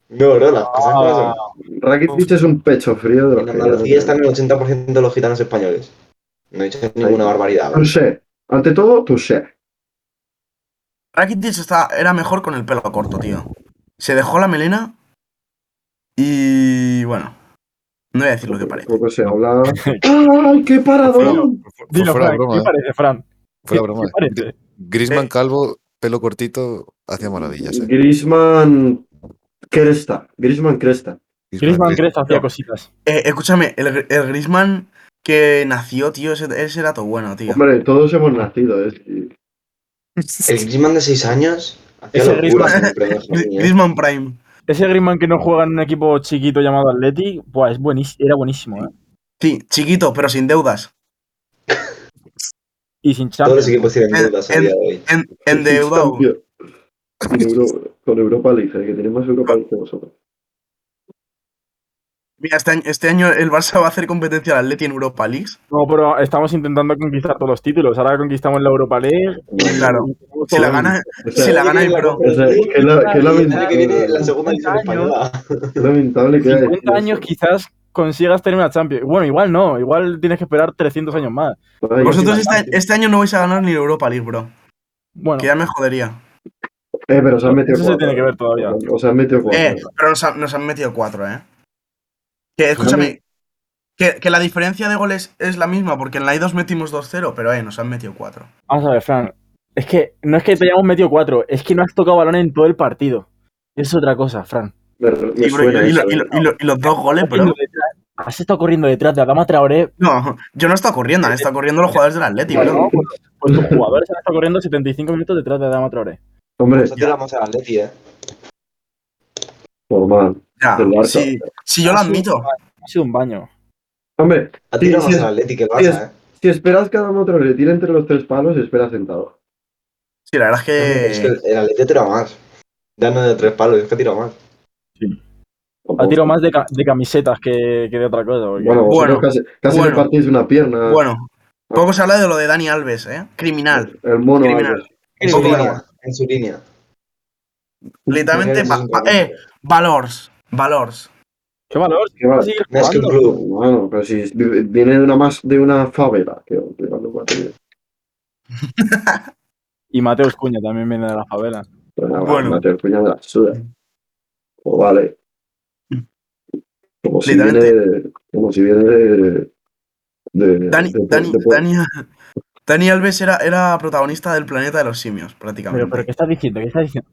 S3: No, bro, las cosas como
S5: Ah,
S3: son.
S2: Ah,
S4: Rakitic es un pecho frío de los
S3: En
S4: que-
S3: Andalucía están el 80% de los gitanos españoles. No he dicho ninguna barbaridad. bro.
S4: Touché. Ante todo, touché.
S2: Rakitic está, era mejor con el pelo corto, tío. Se dejó la melena y bueno. No voy a decir lo que parece.
S4: Poco se habla. ¡Ay, qué paradón!
S5: Dilo,
S1: fuera de
S5: Fran,
S1: broma,
S5: ¿qué
S1: eh.
S5: parece, Fran?
S1: Fuera
S5: ¿Qué-
S1: broma.
S5: qué parece?
S1: Grisman
S2: Eh.
S1: calvo, pelo cortito, hacía maravillas. eh.
S4: Grisman Cresta. Grisman Cresta.
S5: Griezmann
S1: Gris-
S5: Crespo hacía cositas.
S2: Eh, escúchame, el, el Grisman que nació, tío, ese, ese dato bueno, tío.
S4: Hombre, todos hemos nacido. Es...
S1: eh. [laughs]
S3: El Griezmann de 6 años hacía
S5: Ese
S3: locuras
S2: Griezmann-
S3: en el
S2: [laughs]
S3: premio
S2: Gri-
S3: Sony, ¿eh?
S2: Griezmann Prime.
S5: Ese Griezmann que no juega en un equipo chiquito llamado Atleti, buah, es buenísimo, era buenísimo, ¿eh?
S2: Sí, chiquito, pero sin deudas.
S5: Y sin
S3: Todos
S5: Champions.
S3: los equipos tienen
S2: En-
S3: deudas a
S2: en-
S3: día de hoy.
S2: En, endeudado.
S4: Champions. Con Euro- con Europa League, eh, que tiene más Europa League que vosotros.
S2: Mira, este año, este año el Barça va a hacer competencia al Atleti en Europa League.
S5: No, pero estamos intentando conquistar todos los títulos. Ahora conquistamos la Europa League.
S2: Claro. Si la gana,
S4: O sea,
S2: si la gana el Pro.
S4: o sea, que la- que la-
S3: Y el año que viene la segunda división española.
S4: Qué lamentable que haya
S5: 50
S4: decidido
S5: años
S4: eso.
S5: quizás consigas tener una Champions. Bueno, igual no, igual tienes que esperar 300 años más.
S4: Vaya,
S2: Vosotros este, este año no vais a ganar ni la Europa League, bro.
S5: Bueno,
S2: Que ya me jodería.
S4: Eh, pero se han metido
S5: eso se
S4: cuatro.
S5: tiene que ver todavía.
S4: O sea, han metido cuatro.
S2: Eh, pero nos, han- nos han metido cuatro, eh. Que, escúchame. Que, que la diferencia de goles es la misma, porque en la I2 metimos 2-0, pero eh, nos han metido cuatro.
S5: Vamos a ver, Fran. Es que no es que te hayamos metido cuatro, es que no has tocado balón en todo el partido. Es otra cosa, Fran.
S4: Me- me
S2: Y, bro,
S4: suena
S2: y- y
S4: eso,
S2: lo- y
S4: eh.
S2: lo- y lo- y los dos goles,
S4: [laughs]
S2: bro.
S5: Corriendo detrás. Has estado corriendo detrás de Adama Traoré.
S2: No, yo no está corriendo, han estado corriendo los jugadores del Atleti,
S4: Ah,
S5: Bueno,
S2: bro.
S5: pues, pues tus jugadores han estado corriendo 75 minutos detrás de Adama Traoré.
S4: Hombre,
S3: Nosotros vamos al Atleti, ¿eh?
S4: normal.
S2: Ya,
S4: del Barça.
S2: Ah,
S4: Ah,
S2: sí, sí, yo lo admito.
S5: Ha sido un baño.
S4: Hombre,
S3: A ti
S4: Sí,
S3: no
S4: sí,
S3: vas
S4: es-
S3: al Atleti que el
S4: sí, es-
S3: Barça, ¿eh?
S4: si esperas cada uno otro le tira entre los tres palos, espera sentado.
S2: Sí, la verdad es
S3: Es que
S2: que.
S3: el- el Atleti ha tirado más. Ya no de tres palos, es que ha tirado más.
S5: Ha tirado más de, ca- de camisetas que, que de otra cosa. porque-
S4: Bueno, vosotros
S2: Bueno,
S4: casi, casi
S2: bueno.
S4: le partís una pierna.
S2: Bueno, poco se habla de lo de Dani Alves, eh. Criminal.
S4: El mono.
S2: Criminal.
S4: Alves.
S3: En
S2: Poco
S3: su
S2: valor.
S3: línea, en su línea.
S4: pues,
S2: Literalmente,
S3: Eso
S2: pa-
S3: es un
S2: pa-
S3: problema.
S2: eh, valors. Valors.
S5: ¡Qué valor!
S4: Qué va-
S5: vas a seguir
S3: No es que un
S5: jugando.
S3: club.
S4: Bueno, pero si vi- viene de una más de una favela, que que cuando va a tener-
S5: Y Mateus Cuña también viene de las favelas.
S4: Pero Pues nada,
S2: Bueno. Mm.
S4: Mateo Cuña de la suda. Pues vale. Como si viene,
S2: Literalmente.
S4: como si viene de, de,
S2: Dani,
S4: de-
S2: Dani,
S4: de-
S2: Dani, Dani Alves era, era protagonista del planeta de los simios,
S5: Pero, pero
S2: prácticamente.
S5: ¿qué estás diciendo? ¿Qué estás diciendo?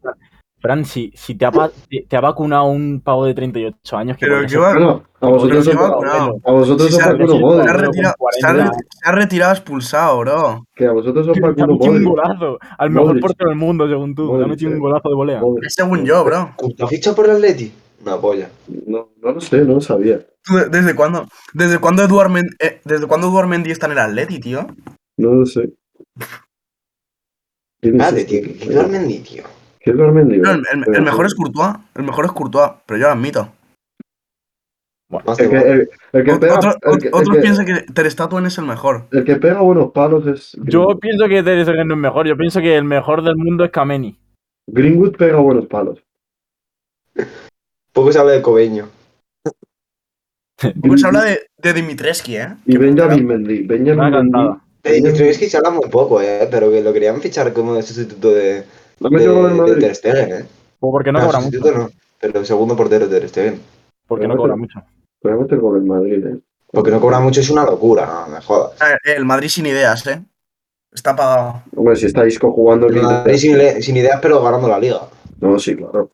S5: Fran, si, si te, ha, pa- te, te ha vacunado un pavo de 38 años, que
S2: Pero
S5: porque
S2: que
S5: se-
S2: va-
S4: Bueno, a vosotros
S2: Pero
S4: os
S2: que va curado.
S4: a vosotros
S2: Si
S4: os
S2: se ha-
S4: vacuno
S5: si se ha
S4: Modric,
S2: Se ha
S5: Pero con
S2: retirado, se ha
S5: 40.
S2: reti- se ha retirado expulsado, bro.
S4: que a vosotros os
S5: Tío, te ha
S4: vacuno
S5: metido un
S4: Modric.
S5: golazo. Al mejor
S4: Modric.
S5: portero del mundo, según tú. Te ha
S4: Modric,
S5: metido un
S4: eh.
S5: golazo de volea.
S4: Modric.
S2: Es según yo, bro.
S3: ¿Lo ficha por el Atleti? Una polla.
S4: No, no lo sé, no lo sabía.
S2: ¿Tú de- ¿Desde cuándo? ¿Desde cuándo Eduard Men- eh, ¿Desde cuándo Eduard Mendy está en el Atleti, tío?
S4: No lo sé. ¿Quién es
S3: Vale,
S4: este?
S3: tío. ¿Qué tal Mendy, tío?
S4: ¿Qué es Garmendi?
S2: No, el, el- el mejor es Courtois. El mejor es Courtois, pero yo lo admito.
S3: Más de
S4: El que,
S3: gol.
S4: el, el que
S2: este, Ot-
S4: pega,
S2: otro-
S4: el, que- el
S2: otros
S4: que-
S2: piensan que Ter Stegen es el mejor.
S4: el que pega buenos palos es.
S5: Yo
S4: Greenwood.
S5: pienso que Ter Stegen no es mejor. Yo pienso que el mejor del mundo es Kameni.
S4: Greenwood pega buenos palos.
S3: Poco se habla de Cobeño.
S2: Poco se habla de, de Dimitreski, ¿eh?
S4: Y Benjamin Mendy. Benjamin
S5: Una
S4: Mendy.
S5: cantada.
S3: De Dimitrovski se habla muy poco, ¿eh? Pero que lo querían fichar como de sustituto de,
S4: No
S3: de,
S4: me llevo el
S3: de
S4: Madrid.
S3: Ter Stegen, ¿eh?
S5: O porque no
S3: Ah,
S5: cobra mucho.
S3: sustituto no, pero segundo portero de Ter Stegen.
S5: Porque no cobra mucho.
S4: Voy a meter gol en Madrid, eh.
S3: Porque no cobra mucho es una locura, no me jodas.
S2: A ver, El Madrid sin ideas, ¿eh? Está pagado.
S4: Hombre, si estáis jugando.
S3: El Madrid sin, le- sin ideas, pero ganando la liga.
S4: No, sí, claro.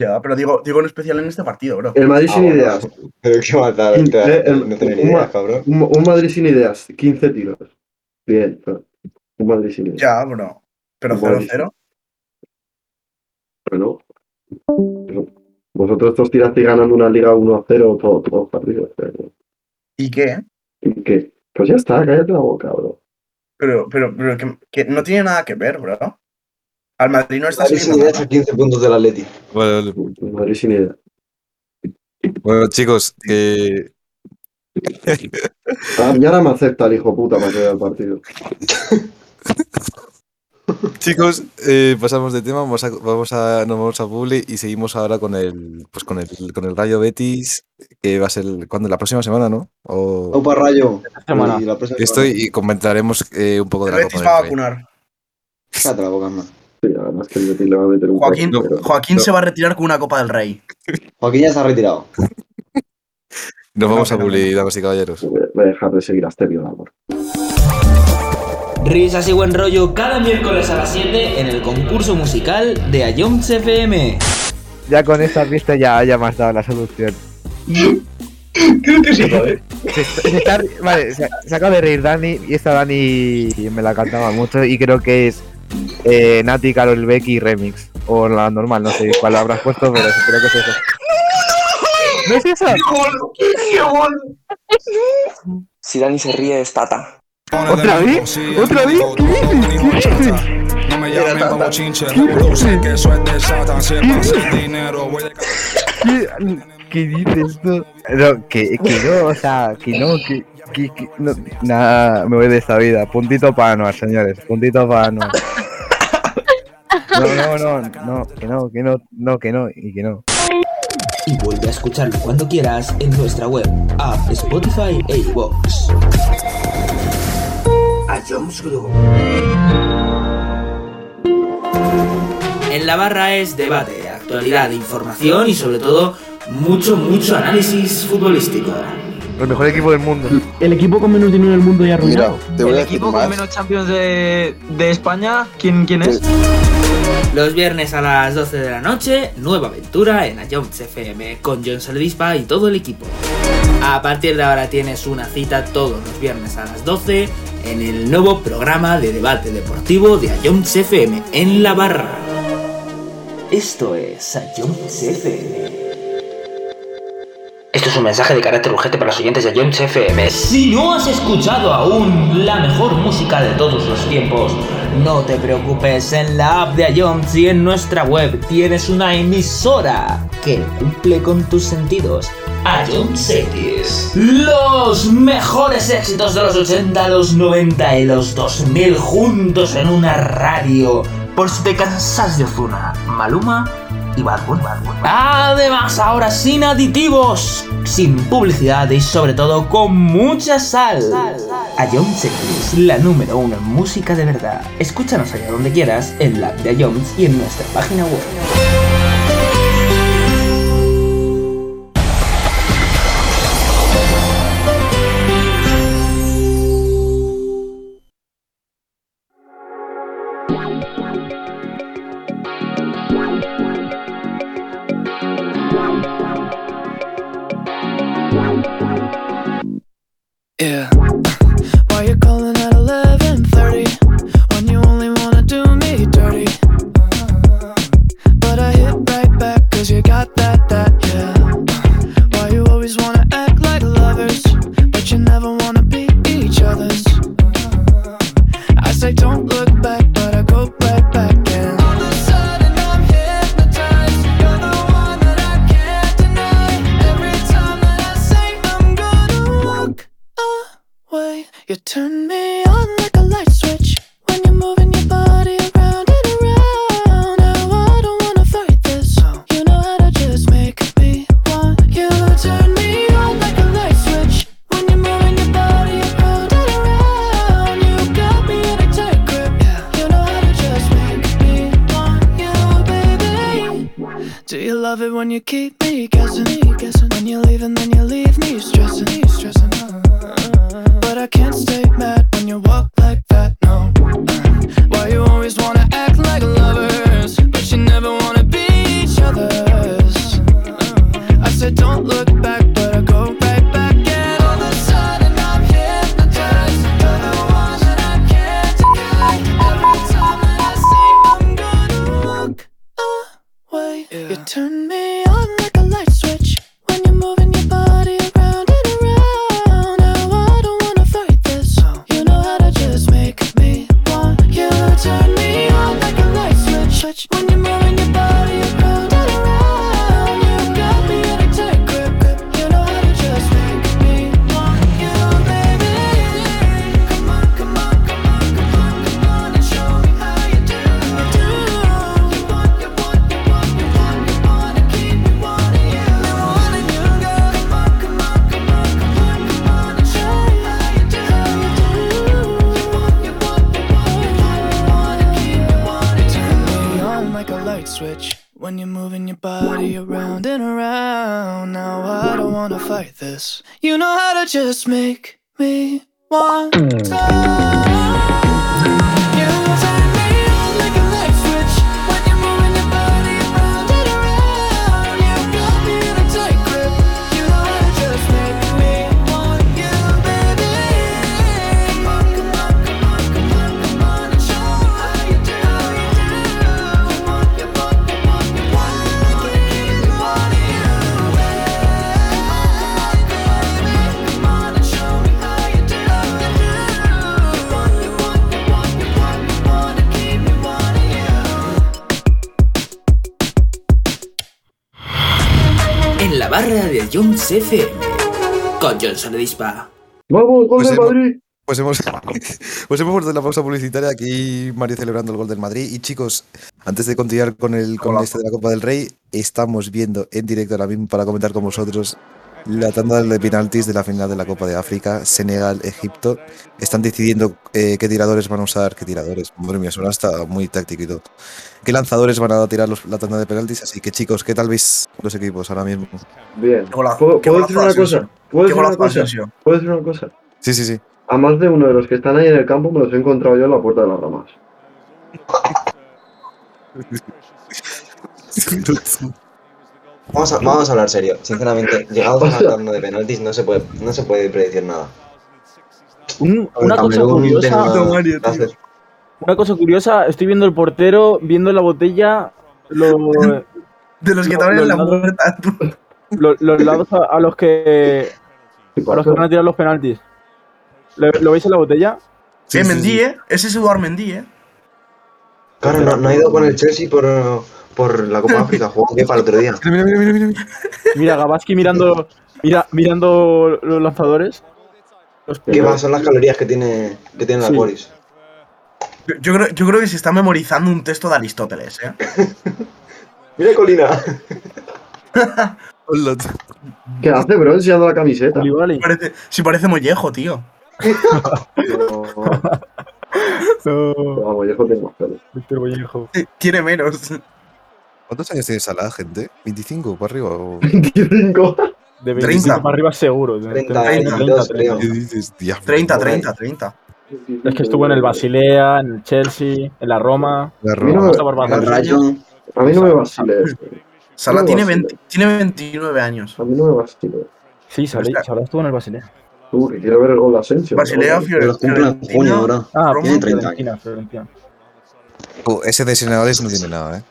S2: Ya, pero digo, digo en especial en este partido, bro.
S4: El Madrid
S3: Ah,
S4: sin
S3: bueno.
S4: ideas.
S3: Pero qué matar,
S4: Sí,
S3: claro,
S4: eh, el-
S3: no tener
S4: un-
S3: ideas, cabrón.
S4: Un, un Madrid sin ideas. 15 tiros. Bien, pero un Madrid sin ideas.
S2: Ya, bro. Pero 0-0.
S4: Pero, pero vosotros dos tirasteis ganando una liga 1-0 todos los partidos. pero-
S2: ¿Y qué?
S4: ¿Y qué? Pues ya está, cállate la boca, bro.
S2: Pero, pero, pero que, que no tiene nada que ver, bro. Al Madrid no
S3: El
S2: está
S3: Madrid sin
S2: sirviendo
S3: ideas a
S2: nada.
S3: 15 puntos del Atleti.
S1: Vale, vale.
S4: Un Madrid sin ideas.
S1: Bueno, chicos, eh,
S4: Ah, y ahora me acepta el hijo puta para que vea el partido.
S1: chicos, eh, pasamos de tema, vamos a, vamos a, nos vamos a Publi y seguimos ahora con el, pues con el, con el Rayo Betis, que va a ser cuando la próxima semana, ¿no? O-
S3: Opa, Rayo.
S5: Esta semana.
S3: Y la próxima
S1: Estoy y comentaremos eh, un poco de
S2: El
S1: la Copa
S2: Betis
S1: del
S2: va a
S1: Rey.
S2: vacunar.
S3: semana. Cállate la boca, man.
S4: Sí, además que el Betis le va a meter un
S2: Joaquín,
S4: cuatro, pero-
S2: Joaquín
S1: no.
S2: se va a retirar con una Copa del Rey.
S3: Joaquín ya se ha retirado.
S1: Nos vamos a
S2: Fenómeno.
S1: bully, damas y caballeros.
S4: Voy a- voy a dejar de seguir a este violador.
S6: Risas y buen rollo cada miércoles a las 7 en el concurso musical de Ayom FM.
S7: Ya con esta pista ya, ya me has dado la solución.
S8: Creo que sí, joder.
S7: Se, se está- vale, se, se acaba de reír Dani y esta Dani me la cantaba mucho y creo que es eh, Nati, Carol Becky Remix. O la normal, no sé cuál habrás puesto, pero creo que es eso. ¿No es eso?
S9: Si Dani se ríe, es Tata.
S7: ¿Otra vez? ¿Otra vez? ¿Qué dices? ¿Qué dices?
S10: No me
S9: llamen Era babo tata.
S10: chinche,
S7: revoluce,
S10: que eso es de Satan, siempre hacer dinero,
S7: ¿Qué, qué dices tú? No, que, que no, o sea, que no, que, que, que no. Nada, me voy de esta vida. Puntito para Anuar, señores. Puntito para Anuar. No, no, no, no, que no, que no, no, que no, y que no.
S6: Y vuelve a escucharlo cuando quieras en nuestra web, app, Spotify e iVoox. Ayom's Group. En la barra es debate, actualidad, información y sobre todo mucho, mucho análisis futbolístico.
S7: El mejor equipo del mundo.
S11: El equipo con menos dinero del mundo ya arruinado.
S8: Mira, te voy
S11: El
S8: a decir
S11: equipo con
S8: más.
S11: menos Champions de, de España, ¿quién, quién es?
S6: Los viernes a las 12 de la noche, nueva aventura en Ayom's FM con John Salvispa y todo el equipo. A partir de ahora tienes una cita todos los viernes a las 12 en el nuevo programa de debate deportivo de Ayom's FM en la barra. Esto es Ayom's FM. Esto es un mensaje de carácter urgente para los oyentes de Ayom's FM. Si no has escuchado aún la mejor música de todos los tiempos, no te preocupes, en la app de Ayom's y en nuestra web tienes una emisora que cumple con tus sentidos. Ayom's X. Los mejores éxitos de los 80, los 90 y los 2000 juntos en una radio. Por si te cansas de Ozuna, Maluma y Bad Bunny. Además, ahora sin aditivos, sin publicidad y sobre todo con mucha sal. Ayom's X, la número uno en música de verdad. Escúchanos allá donde quieras, en la app de Ayom's y en nuestra página web.
S10: Yeah. Why you calling at 11:30 when you only wanna do me dirty? But I hit right back cause you got that, that, yeah. Why you always wanna act like lovers, but you never wanna be each other's? I say don't look back, but I go right back down. All of a sudden I'm hypnotized. You're the one that I can't deny. Every time that I say I'm gonna walk away, you turn me on like a light switch. When you're moving your body around and around. Now I don't wanna fight this. You know how to just make me want you. Turn me on like a light switch. When you're moving your body around and around. You got me in a tight grip. You know how to just make me want you, baby. Do you love it when you keep me guessing? guessing? When you leave and then you leave me stressing, me stressing. But I can't stay mad when you walk like that, no. Why you always wanna act like lovers, but you never wanna be each other's? I said don't look back, but I go right back. And all of a sudden I'm hypnotized. You're the one that I can't deny. Every time that I sing, I'm gonna walk away. You turn me on like a light switch when you're moving your body around and around. Now I don't wanna fight this. You know how to just make me want you. Turn me on like a light switch when you're moving your body around and around. You got me in a tight grip. You know how to just make me want you, baby. Come on, come on, come on, come on, come on and show me how you do. You want, you want, you want, you want, you wanna keep me wanting you. round and around. Now I don't wanna fight this. You know how to just make me want to. You turn me on like a light switch when you're moving your body around and around. You got me in a tight grip. You know how to just make me want you, baby. Come on, come on, come on, come on, come on and show me how you do, how you do. You want, you want, you want, you want, you want, you want it. Come on and show me how you do, how you do. You want, you want, you want, you want, you want to keep me wanting you.
S6: En la barra de Jones FM. Con Johnson Dispa.
S4: ¡Vamos, gol
S1: Pues
S4: del
S1: hemos-
S4: Madri!
S1: Pues hemos, [laughs] pues hemos vuelto de la pausa publicitaria. Aquí Mario celebrando el gol del Madrid. Y chicos, antes de continuar con el con este de la Copa del Rey, estamos viendo en directo ahora mismo para comentar con vosotros la tanda de penaltis de la final de la Copa de África, Senegal, Egipto. Están decidiendo eh, qué tiradores van a usar, qué tiradores. Madre mía, suena hasta muy táctico y todo. ¿Qué lanzadores van a tirar los- la tanda de penaltis? Así que chicos, ¿qué tal veis los equipos ahora mismo?
S4: Bien.
S2: golazo,
S4: ¿Puedo,
S2: qué
S4: puedo
S2: golazo
S4: decir una
S2: de Asensio.
S4: cosa? ¿Puedo
S2: Qué
S4: decir una
S2: golazo de
S4: cosa? [laughs]
S2: Asensio.
S4: ¿Puedo decir una cosa?
S1: Sí, sí, sí.
S4: A más de uno de los que están ahí en el campo me los he encontrado yo en la puerta de las ramas.
S3: Vamos a, vamos a hablar serio. [laughs] Sinceramente, llegados a la tanda de penaltis no se puede, no se puede predecir nada.
S5: una cosa
S3: Camerún
S5: curiosa.
S3: tenía-
S5: Una cosa curiosa, estoy viendo el portero, viendo la botella, lo-
S2: De los que
S5: No,
S2: estaban en
S5: los
S2: la Eh,
S5: lados.
S2: puerta, tú.
S5: lo- los lados a, a los que a los que van a tirar los penaltis. ¿Lo, lo veis en la botella?
S1: Sí,
S2: eh,
S1: sí,
S2: Mendy,
S1: sí.
S2: eh. Ese es Eduard Mendy, eh.
S3: Claro, no, no ha ido con el Chelsea por, por
S5: [laughs]
S3: la Copa África, jugó que para el otro día.
S1: Mira, mira, mira, mira, mira.
S5: Mira, Gabaski mirando, mira, mirando los lanzadores. Los-
S3: ¿Qué más son las calorías que tiene, que tiene
S5: Sí.
S3: la Boris?
S2: Yo, yo creo, yo creo que se está memorizando un texto de Aristóteles, eh.
S3: Mira Colina.
S1: Hola, tú.
S4: ¿Qué hace, bro? Enseñando la camiseta.
S5: Koulibaly.
S2: Parece, si parece mollejo, tío.
S4: No,
S5: No,
S4: vamos, yo tengo más [laughs] pelo.
S5: Víctor Vallejo.
S2: Tiene menos.
S1: ¿Cuántos años tiene Salah, gente? ¿25 para arriba? o-
S4: 25.
S5: De
S2: 30.
S5: 25 para arriba seguro.
S3: 30,
S5: 30,
S3: 32,
S5: 30.
S3: creo.
S1: ¿Qué dices? Diablo.
S2: 30,
S3: Por ahí.
S2: 30, 30.
S5: Es que estuvo en el Basilea, en el Chelsea, en la Roma.
S1: La
S4: A mí no
S1: Roma.
S4: me-
S5: Hasta Barbados.
S3: El Rayo.
S4: a mí no me vacile esto.
S2: Sala
S4: No,
S2: tiene,
S4: vacilo.
S2: 20 tiene 29 años.
S4: A mí no me vacile.
S5: Sí, Salah
S2: Está-
S5: Salah estuvo en el Basilea.
S4: Tú, que quiero ver el gol de Asensio.
S2: Basilea,
S3: Pero los cumple en
S2: Fiorentina,
S3: junio, bro.
S5: Ah,
S2: Roma,
S3: tiene 30
S5: Fiorentina, Fiorentina.
S1: Oh, Ese de Senegales no tiene nada, ¿eh?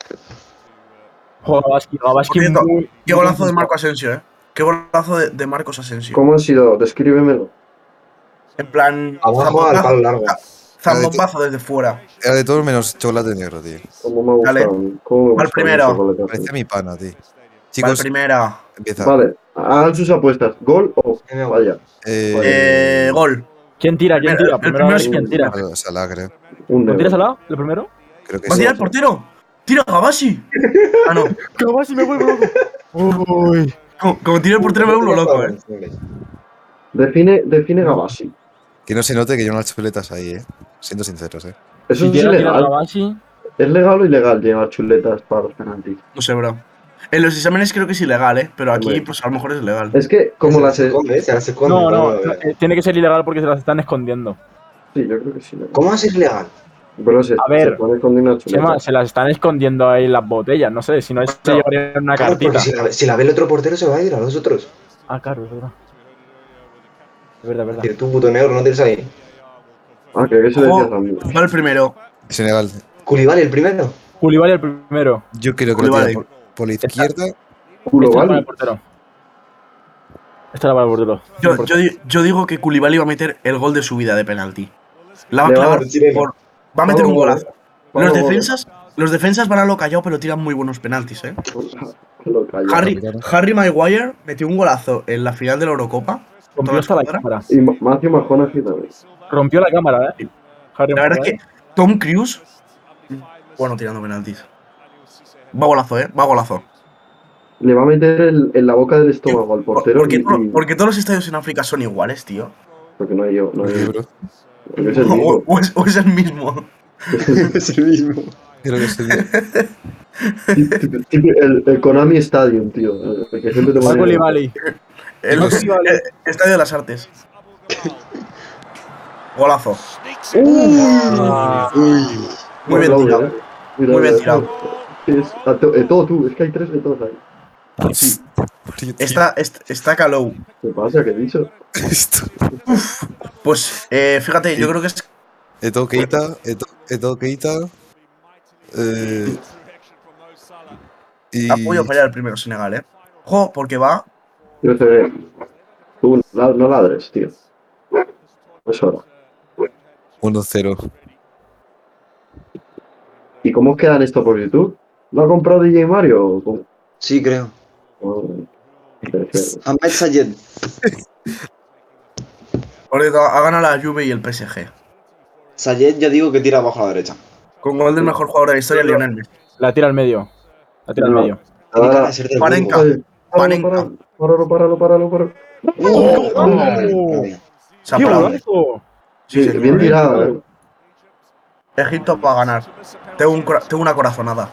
S5: Joder, Gabaski, Gabaski
S2: Por cierto,
S5: muy-
S2: Qué golazo de Marco Asensio, eh. Qué golazo de, de Marcos Asensio.
S4: ¿Cómo ha sido? Descríbemelo.
S2: En plan,
S3: Abajo al palo largo.
S5: Ah,
S2: zambombazo desde fuera.
S1: Era de todo menos chocolate negro, tío.
S4: ¿Cómo me ha gustado? ¿Cómo me ha
S2: Al
S4: gustado
S2: primero.
S4: este gol de
S1: Parecía
S4: Asensio?
S1: mi pana, tío.
S2: Para
S1: Chicos,
S2: primera.
S1: empieza.
S4: Vale, hagan sus apuestas. ¿Gol o
S5: ah,
S4: vaya?
S1: Eh,
S2: Eh, gol.
S5: ¿Quién tira? ¿Quién
S2: El-
S5: tira?
S2: el
S5: Primero,
S2: primero
S5: ¿quién
S2: sí.
S5: tira?
S1: eh, Salah, creo.
S4: Un
S5: ¿Lo
S4: negro.
S5: tiras al lado? ¿Lo primero?
S4: eh,
S1: Creo que
S2: ¿Va a
S1: sí.
S2: tirar el portero? ¡Tira Gabasi! Ah, no.
S5: Gabasi me vuelve loco. Uy.
S2: Como, como tira el portero me vuelvo loco, eh.
S4: Define, define Gabassi.
S1: Que no se note que llevan las chuletas ahí, ¿eh? Siendo sinceros, ¿eh?
S4: Eso
S5: Si
S4: es
S5: llega a tirar
S4: ilegal.
S5: Gabasi,
S4: ¿Es legal o ilegal llevar chuletas para los penaltis?
S2: No sé, bro. En los exámenes creo que es ilegal, eh. Pero aquí,
S4: Hombre.
S2: pues a lo mejor es legal.
S4: Es que, como las. Sí,
S3: esconde, se las esconde.
S5: No, no,
S3: bro.
S5: eh, tiene que ser ilegal porque se las están escondiendo.
S4: yo creo que sí. legal.
S3: ¿Cómo es legal?
S4: Bro, se,
S5: A ver.
S4: se pone con una chuleta.
S5: Chema, se las están escondiendo ahí las botellas, no sé, si no es se llevarían una
S3: Claro, porque
S5: cartita.
S3: si la, si la ve el otro portero se va a ir a los otros.
S5: Ah, claro, es verdad. Es verdad, es verdad.
S3: Tiene tu puto negro, no tienes ahí.
S4: Ah, creo que se le
S2: Ojo.
S4: decía Ramiro.
S2: Va el primero.
S1: Senegal,
S3: Culibal el primero.
S5: Koulibaly el primero.
S1: yo creo que lo
S2: Vale.
S1: tira por, por la izquierda.
S4: Culo,
S5: Esta era para
S4: [laughs] ¿vale?
S5: el portero. Esta era para el portero.
S2: Yo, yo di- yo digo que Koulibaly va a meter el gol de su vida de penalti. La va a
S4: Le va a
S2: clavar
S3: dar chilena.
S2: por- Va a meter un
S4: Vamos,
S2: golazo. Los
S4: Vamos,
S2: defensas, los defensas van a lo callado, pero tiran muy buenos penaltis, eh.
S4: vamos. Lo callo.
S2: Harry,
S1: claro.
S2: Harry Maguire metió un golazo en la final de la Eurocopa.
S5: Rompió
S2: Toda
S5: hasta la
S2: la escuadra.
S5: cámara.
S4: Y Ma- Matthew Mahoney también.
S5: Rompió la cámara, eh. Harry
S2: La verdad es
S5: Maguire.
S2: que Tom Cruise, bueno, tirando penaltis. Va golazo, eh, va golazo.
S4: Le va a meter el- en la boca del estómago al
S2: ¿Por,
S4: portero.
S2: por qué
S4: y-
S2: to-
S4: y-
S2: por qué todos los estadios en África son iguales, tío?
S4: Porque no hay yo. No hay
S1: Sí,
S4: yo.
S1: bro.
S4: [laughs] Porque es el
S2: [laughs] O,
S4: mismo.
S2: o es, o es el mismo.
S3: Es el mismo.
S1: Creo que
S2: [laughs]
S1: estoy bien.
S4: El, el Konami Stadium, tío. el que siempre te
S5: Paco
S4: ponía-
S5: Libali.
S2: El,
S1: Los-
S2: el Estadio de las Artes. Golazo. Muy bien
S4: Bravo,
S2: tirado.
S4: eh. Mira,
S2: Muy bien
S4: eh,
S2: tirado.
S4: Es a to- eh, todo tú, es que hay tres de todos ahí.
S1: Sí.
S2: Está, est- está Calou.
S4: ¿Qué pasa? ¿Qué he dicho?
S1: Esto.
S2: Pues eh, fíjate, yo creo que es.
S1: Eto Keita, Eto, Eto Keita. Eh, y
S2: Apoyo fallar el primero Senegal, eh. Ojo, porque va.
S4: Yo te veo. Tú la- no ladres, tío. Es hora.
S1: 1-0.
S4: ¿Y cómo quedan esto por YouTube? ¿Lo ha comprado DJ Mario? o cómo?
S3: Sí, creo.
S4: O- Interesante.
S3: Ahmed Sayed.
S2: Por cierto, ha ganado la Juve y el PSG.
S3: Sayed ya digo que tira abajo a la derecha.
S2: Con gol del mejor jugador de la historia, Lionel Messi.
S5: La tira al medio. La tira al
S4: No.
S5: medio.
S3: Tiene
S4: Ah,
S3: cara de ser del
S2: Panenka.
S3: Burgos.
S4: Oye, páralo, páralo, páralo, páralo, páralo, páralo.
S3: ¡Oh! Vale.
S2: Se ha
S5: ¡Qué
S2: parado.
S5: golazo!
S2: Sí,
S4: Sí,
S2: señor.
S4: bien tirado, eh.
S2: Egipto va a ganar. Tengo, un cora- tengo una corazonada.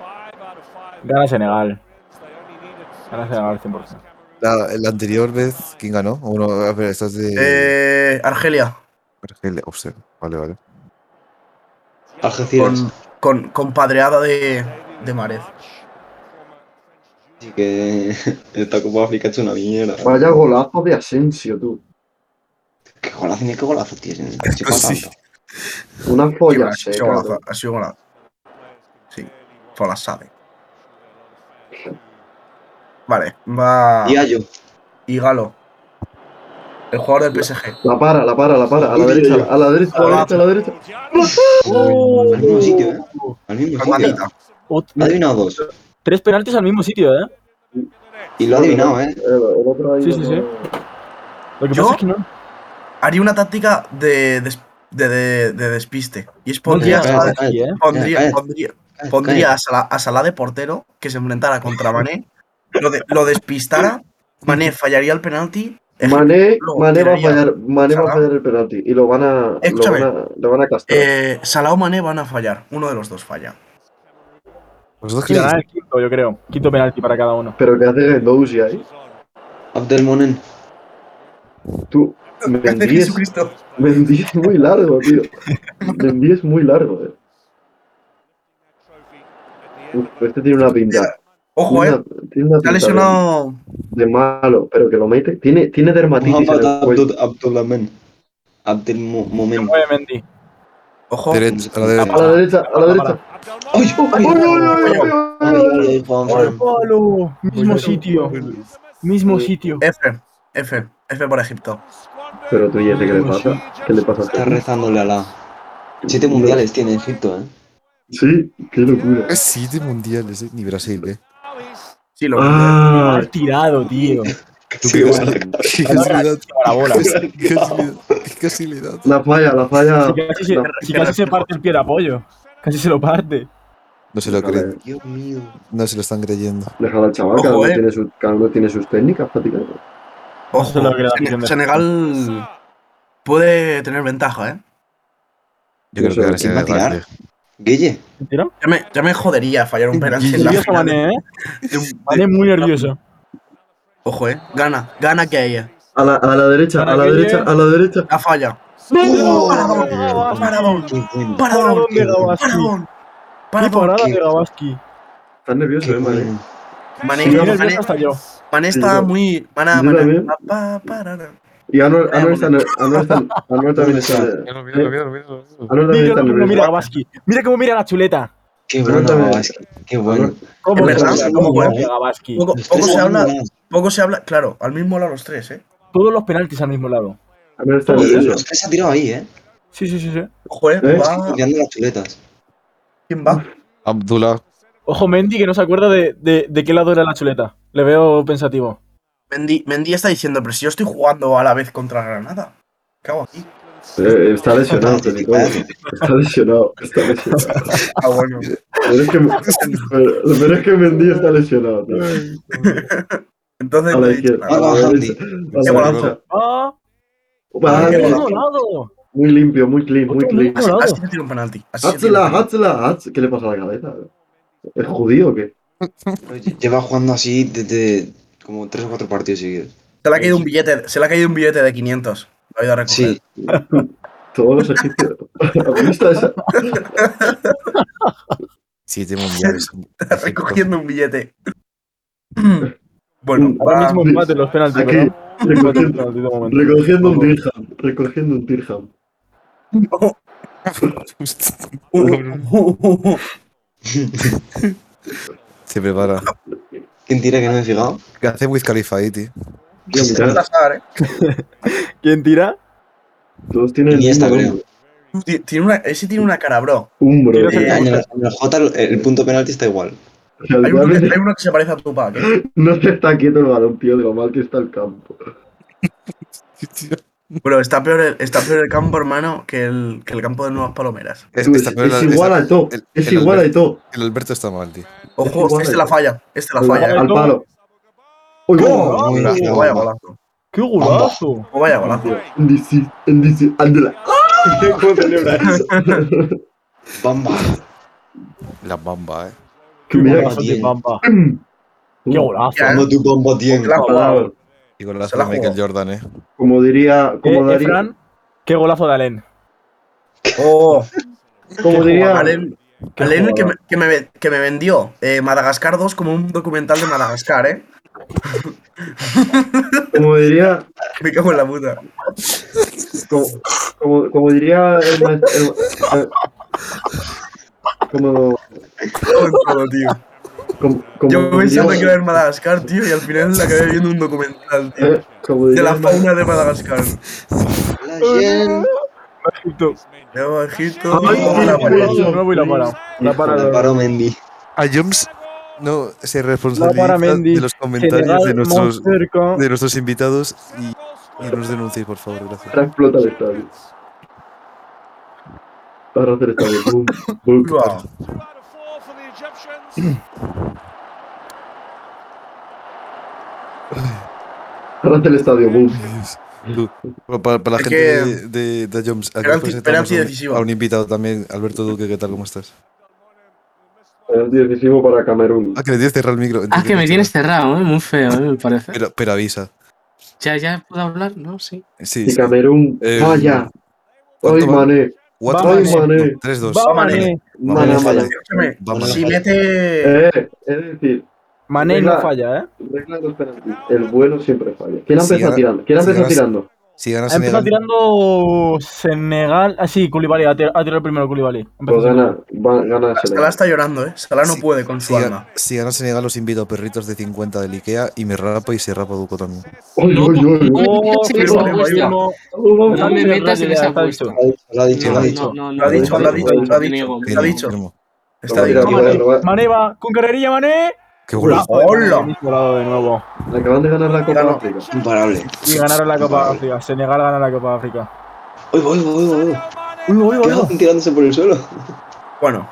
S5: Gana Senegal. Gana Senegal 100%.
S1: La, la anterior vez, ¿quién ganó? Uno, a ver, estás de.
S2: Eh, Argelia.
S1: Argelia, Obser. Vale, vale.
S3: Algeciras.
S2: Con, con, con padreada de, de Marez.
S3: Así que [laughs] esta Copa África es una mierda.
S4: Vaya golazo de Asensio, tú.
S3: Qué golazo, ni qué golazo tienes. Sí,
S1: Pues sí.
S3: tanto.
S4: Una
S2: Sí,
S4: polla
S2: ha sido
S4: seca.
S2: golazo, ha sido golazo. Sí, solo la sabe. Vale, va.
S3: Y Ayo.
S2: Y Galo. El jugador del PSG.
S4: La para, la para, la para. A la derecha, a la derecha, a
S2: Ah,
S4: la derecha, a la derecha.
S3: Al mismo sitio, ¿eh? Al mismo sitio.
S2: Palmadita.
S5: Ot-
S3: Ha adivinado dos.
S5: Tres penaltis al mismo sitio, ¿eh?
S3: Y lo ha adivinado, ¿eh?
S4: El, el otro ahí.
S5: Sí, sí,
S4: no-
S5: sí. Lo que
S2: ¿Yo?
S5: pasa es que no.
S2: Haría una táctica de, des- de, de, de despiste. Y es
S5: No
S2: pondría,
S5: tiene
S3: espera,
S2: a-
S5: penalti, ¿eh?
S2: pondría,
S3: Cállate.
S2: pondría,
S3: Cállate,
S2: pondría a
S3: cállate.
S2: Salah, a Salah de portero, que se enfrentara contra Mané, lo, de- lo despistara, Mané fallaría el penalti. eh,
S4: Mané,
S2: Luego
S4: Mané va a
S2: tiraría.
S4: fallar, Mané va a
S2: Salah.
S4: fallar el penalti y lo van a, lo
S2: Escúchame.
S4: van a, lo van a castrar.
S2: Eh, Salah o Mané van a fallar. Uno de los dos falla.
S1: ¿Vosotros
S5: Y
S1: creéis?
S5: ganará el quinto, yo creo. Quinto penalti para cada uno.
S4: Pero ¿qué hace Gendouzi ahí?
S3: Abdelmonen.
S4: Tú, Mendy es,
S2: Jesucristo.
S4: [laughs] Mendy es muy largo, tío. Mendy es muy largo, eh. Uf, este tiene una pinta.
S2: Ojo,
S4: tiene
S2: eh.
S4: una, tiene una
S2: Se
S4: pinta
S2: ha lesionado.
S4: de, de malo, pero que lo mete. Tiene, tiene dermatitis en
S3: Muhammad
S4: el cuello.
S3: Abdul Abdulamen.
S5: Se
S3: Abdelmomen.
S5: mueve Mendy.
S2: Ojo.
S1: Derecha, a la derecha.
S4: A la derecha, a la derecha.
S3: ¡Ay, oh, ay,
S4: ¡Ay, ay, ay,
S3: ay,
S4: ay, ay, ay, ay!
S3: ay, Juan Fran.
S5: ¡Palo! Mismo sitio. Mismo sitio.
S2: F. F. F por Egipto.
S4: Pero tú, Jesse, ¿qué le pasa? ¿Qué le pasa? este
S3: Está rezándole a la. Siete mundiales tiene Egipto, ¿eh?
S4: Sí, qué locura.
S1: Es siete mundiales, eh, ni Brasil, eh.
S2: Sí, lo eh.
S4: [laughs] Ah,
S5: Mal tirado, tío.
S3: Sí, bueno.
S1: Qué
S5: La barra
S1: casualidad.
S5: encima la bola.
S1: Qué casualidad. Qué casualidad.
S4: la falla, la falla.
S5: Si casi, se,
S4: la-
S5: si casi se parte el pie de apoyo. Casi se lo parte.
S1: No se lo creen,
S4: Déjala,
S3: Dios mío.
S1: no se lo están creyendo.
S4: déjala al chaval, cada
S2: Ojo,
S4: uno,
S2: eh.
S4: tiene sus, cada uno tiene sus técnicas, prácticamente.
S2: Ojo.
S5: Eso es lo que le da
S2: Sene-
S5: afición de-
S2: Senegal puede tener ventaja, eh.
S1: Yo creo que ahora sí
S3: ¿Quién va a tirar?
S1: vale.
S3: Guille.
S5: ¿Tira?
S2: Ya me, ya me jodería fallar un penalti en la
S5: Nervioso
S2: final.
S5: Mané, ¿eh?
S2: de un-
S5: Mané muy nervioso.
S2: Ojo, eh. Gana. Gana que haya.
S4: A la, a la derecha, a la
S5: Para que
S4: derecha,
S5: llegue.
S4: a la derecha.
S2: La falla.
S5: ¡Parado! ¡Parado!
S3: Qué
S5: de Gabaski!
S3: bueno.
S2: Paradón. Paradón.
S5: ¡Qué
S2: Paradón.
S5: parada
S3: qué-
S5: de Gabaski!
S4: Estás nervioso,
S3: Qué
S4: eh, Mané.
S3: bueno.
S2: Mané,
S5: Si
S2: Mané-
S5: vienes bien hasta yo.
S2: Mané
S4: Sí,
S2: está
S4: yo-
S2: muy. Maná,
S4: yo
S2: maná.
S4: también.
S2: Pa, pa, parara.
S4: Y Anor, Anor, está, ner- Anor, está, [laughs] Anor también está.
S12: Míralo, míralo, míralo, míralo.
S4: Anor también
S5: Mira
S4: está
S5: cómo mira
S4: nervioso.
S5: Gabaski. Mira cómo mira la chuleta.
S3: Qué
S4: Anor
S3: bueno,
S4: también-
S3: Gabaski. Qué bueno.
S5: ¿Cómo
S2: Es verdad,
S5: mira,
S2: cómo
S5: cómo
S2: juega.
S5: mira Gabaski.
S2: Poco,
S3: Los
S2: poco
S3: tres
S2: se habla.
S3: son buenos.
S2: Poco se habla. Claro, al mismo lado los tres, eh.
S5: Todos los penaltis al mismo lado.
S4: Anor está
S3: Oye,
S4: nervioso.
S3: Los tres ha tirado ahí, ¿eh?
S5: Sí, sí, sí, sí.
S2: Ojo, eh.
S4: ¿Eh?
S2: Va.
S3: Tirando las chuletas.
S2: ¿Quién va?
S1: Abdullah,
S5: Ojo, Mendy, que no se acuerda de, de, de qué lado era la chuleta. Le veo pensativo.
S2: Mendy, Mendy está diciendo, pero si yo estoy jugando a la vez contra Granada. ¿Qué hago aquí?
S4: Eh, está [laughs] lesionado, te digo. Está lesionado, está lesionado.
S2: Ah, bueno.
S4: Pero es que, pero, pero es que Mendy está
S5: [laughs]
S4: lesionado. tío.
S2: Entonces,
S4: A la
S2: no he dicho
S4: izquierda,
S2: nada.
S4: a la
S3: Andy.
S4: derecha, a la
S2: golazo.
S4: derecha.
S5: ¡Ah!
S4: Va,
S5: ¡Qué
S2: golazo.
S5: golazo!
S4: Muy limpio, muy clean, muy clean.
S2: Así, así se tira un penalti. así se tira un
S4: Hatzla, Hatzla, Hatz- ¿Qué le pasa a la cabeza? ¿Es judío o qué?
S3: Lleva jugando así desde como tres o cuatro partidos seguidos.
S2: Se le ha caído un billete, se le ha caído un billete de 500. Lo ha ido a recoger.
S3: Sí,
S4: Todos los egipcios. [laughs] ¿Has visto esa?
S1: Siete mundiales.
S2: Recogiendo un billete. bueno,
S5: Ahora
S2: va-
S5: mismo empate en los penaltis,
S4: Ah, Aquí,
S5: ¿verdad? Empate en los
S4: recogiendo,
S5: penaltis de momento.
S4: recogiendo un dirham. Recogiendo un dirham.
S1: Se prepara.
S3: ¿quién tira que no me he fijado?
S1: ¿Qué hace Wiz Khalifa ahí, tío?
S4: Tío, mirad,
S2: Salazar, ¿eh?
S5: ¿Quién tira?
S4: todos tienen el
S3: Iniesta,
S4: mismo
S3: creo.
S4: nombre.
S2: Ti- tiene una- ese tiene una cara, bro.
S4: Umbro.
S5: Quiero
S4: tío.
S5: ser-
S3: Eh, en, el, en el J el, el punto penalti está igual.
S4: O sea,
S2: Hay uno, que,
S4: literalmente
S2: hay uno que se parece a Tupac. ¿eh?
S4: No se está quieto el balón, tío, de lo mal que está el campo.
S1: Este
S2: Bro, está peor el, está peor el campo, hermano, que el, que el campo de Nuevas Palomeras.
S1: Es,
S4: Tú,
S1: está
S4: es-
S1: peor
S4: es
S1: la-
S4: igual
S1: está-
S4: a todo.
S1: el-
S4: Es
S1: el
S4: igual a
S1: Alberto.
S4: todo.
S1: El Alberto está mal, tío.
S4: Es
S2: Ojo,
S4: igual
S2: este
S4: a
S2: la
S4: todo.
S2: falla. Este la falla. ¿eh?
S4: Al palo. Uy,
S2: ¡Oh!
S3: Muy bien,
S2: Oh, vaya golazo.
S5: ¡Qué golazo!
S2: Oh, vaya golazo.
S4: Indici, indici, ándela.
S3: ¿Cómo celebra [laughs] eso? Bamba.
S1: La bamba, eh.
S5: ¡Qué
S4: Mira,
S5: golazo de
S3: bien.
S4: [clears throat]
S5: Bamba! ¡Qué
S4: Tío,
S5: golazo!
S2: Ya,
S3: Cuando tu bomba tiene.
S2: Claro,
S4: palabra.
S1: Y con la
S2: Se la
S1: de Michael
S2: jugó.
S1: Jordan, eh.
S4: Como diría,
S5: Eh,
S4: como
S5: eh,
S4: daría,
S5: Fran, ¡Qué golazo de Alén!
S2: Oh,
S4: como diría,
S2: Alen,
S5: Qué
S2: Alen que, me,
S5: jugador.
S2: que, me, ve- que me vendió eh, Madagascar 2 como un documental de Madagascar, ¿eh? [laughs]
S4: como diría,
S2: Me cago en la puta.
S4: como, como, como diría el maestro, como,
S2: Con todo, tío.
S4: como, como
S2: Yo pensando que
S4: diría,
S2: era en Madagascar, tío, y al final la acabé viendo un documental, tío.
S4: eh, como
S2: De
S4: diría,
S2: la
S4: el ma-
S2: fauna de Madagascar.
S3: La gente.
S2: Luego Egipto.
S4: Ay,
S2: luego
S4: qué
S2: la
S4: bueno.
S2: pared.
S5: De nuevo y la para. La para.
S3: Me paró Mendy.
S1: A Jones no se
S5: La para
S1: responsabiliza
S5: Mendy.
S1: de los comentarios de
S5: Senegal,
S1: nuestros,
S5: Monsterco.
S1: de nuestros invitados y, y nos denunciéis, por favor, gracias.
S4: ahora explota el estadio. Ahora hacer estadio, boom, boom.
S2: Buah.
S4: Ahora hacer el estadio, boom.
S1: Bueno, Para, para la
S2: Es
S1: gente
S2: que-
S1: de, de, de Jones, aquí
S2: Penalti-
S1: presentamos
S2: penalti
S1: a un-
S2: decisivo.
S1: a un invitado también, Alberto Duque, ¿qué tal? ¿Cómo estás?
S4: Penalti decisivo para Camerún.
S1: Ah, que le tienes cerrar el micro.
S12: Ah, que me tienes
S1: tienes
S12: cerrado, ¿eh? muy feo, ¿eh? me parece.
S1: Pero, pero avisa.
S12: Ya, ya puedo hablar, ¿no? Sí.
S1: Sí,
S4: Y
S1: sí.
S4: Camerún
S1: Eh,
S4: falla.
S1: ¿cuánto
S4: Ay,
S1: va?
S4: mané.
S1: Cuatro-
S4: Ay, mané.
S5: Va
S1: 3-2.
S5: Mané.
S4: Mané,
S1: Vamos,
S4: mané.
S2: Escúchame,
S1: Vamos.
S2: si mete.
S4: Eh, es decir,
S5: Mané no
S4: Venga.
S5: falla, ¿eh?
S4: regla de los penaltis. El bueno siempre falla. ¿Quién ha
S1: Sí,
S4: empezado
S1: ahora-
S4: tirando? ¿Quién ha
S1: sí,
S4: empezado
S1: ahora-
S4: tirando?
S1: Si ganas
S5: Ha empezado
S1: Senegal,
S5: tirando Senegal. Ah, sí, Koulibaly. Ha tir- ha tirado primero Koulibaly.
S4: Pues gana, va, gana
S2: Salah
S4: Senegal.
S2: está llorando, ¿eh? Salah no
S1: Sí,
S2: puede con
S1: si,
S2: su alma.
S1: ga- si gana Senegal, os invito a perritos de 50 del Ikea y me rapa y se rapa Duco también.
S12: No,
S4: ¡Ay, ay, ay, ay!
S12: no me
S5: Oh,
S12: metas en esa
S5: firmo,
S2: firmo,
S12: apuesta.
S5: firmo.
S12: No me metas en esa
S5: Está
S12: apuesta.
S5: dicho.
S3: Lo ha dicho, lo ha
S12: No,
S3: dicho.
S12: no, no,
S2: Lo ha
S12: no,
S2: dicho,
S12: no,
S2: lo ha dicho,
S12: no,
S2: lo ha
S12: te
S2: dicho.
S12: niego.
S2: Lo ha
S1: Firmo,
S2: dicho.
S1: firmo.
S2: Está
S4: Mira,
S2: dicho.
S4: mira,
S5: Mané.
S4: lo va-
S5: Mané va con carrerilla, Mané.
S1: ¡Qué golazo!
S2: ¡Hola!
S5: Mané, volado de nuevo.
S4: Le acaban de ganar la Copa
S2: Gana.
S4: África.
S3: Imparable.
S5: Y ganaron la Copa de África. Senegal gana la Copa de África.
S3: Uy, uy, uy, uy.
S5: Uy, uy,
S3: ¿Qué
S5: uy.
S3: hacen tirándose por el suelo?
S2: Bueno,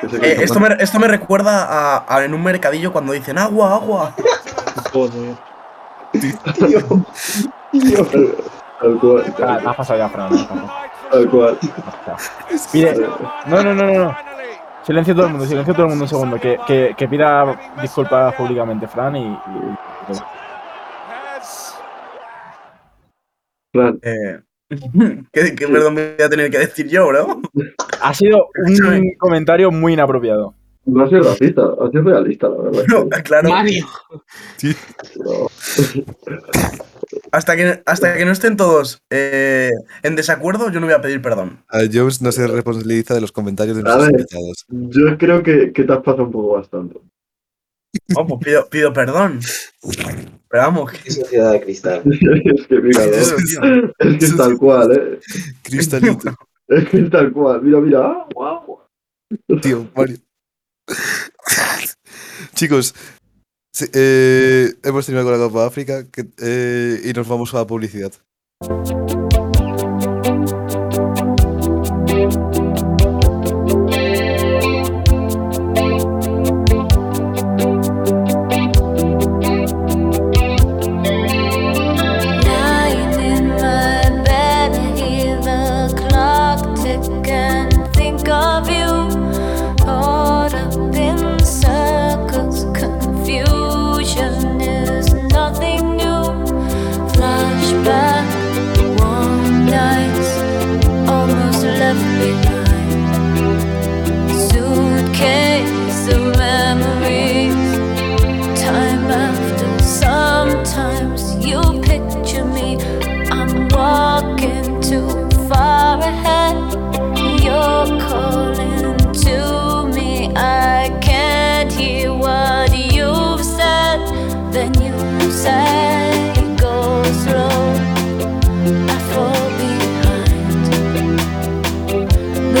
S4: Que se
S2: eh,
S4: quede
S2: esto, me, esto me recuerda a, a en un mercadillo cuando dicen agua, agua.
S4: Joder.
S3: Tío. Tío.
S4: Tal cual.
S5: Ah,
S4: Tal,
S5: la has pasado ya, Fran. la has pasado.
S4: tal cual.
S5: Pide. No, no, no, no. no. Silencio todo el mundo, silencio todo el mundo un segundo. Que, que, que pida disculpas públicamente, Fran. Y, y-
S4: Fran,
S2: Eh, [laughs] ¿Qué, qué perdón me voy a tener que decir yo, bro? [laughs]
S5: Ha sido un comentario muy inapropiado.
S4: no ha sido racista, ha sido realista, la verdad.
S2: No, claro.
S12: Mario.
S4: No.
S2: [laughs] Hasta que, hasta que no estén todos eh, en desacuerdo, yo no voy a pedir perdón.
S1: A Jones Ah, no se responsabiliza de los comentarios de
S4: Eh, A
S1: nuestros
S4: ver. eh,
S1: invitados.
S4: Yo creo que, que te has pasado un poco bastante. [laughs]
S2: Oh, pues pido, pido perdón. Pero vamos, que-
S3: Qué sociedad de cristal.
S4: es que mira,
S2: Eso,
S4: ¿no?
S1: [laughs]
S2: tío.
S4: es que es tal cual, eh.
S1: Cristalito,
S4: [laughs] Es que es tal cual. Mira, mira. Ah, guau.
S1: tío, Mario. [laughs] Chicos, se- eh, hemos terminado con la Copa de África que- eh, y nos vamos a la publicidad.
S10: Lying in my bed, I hear the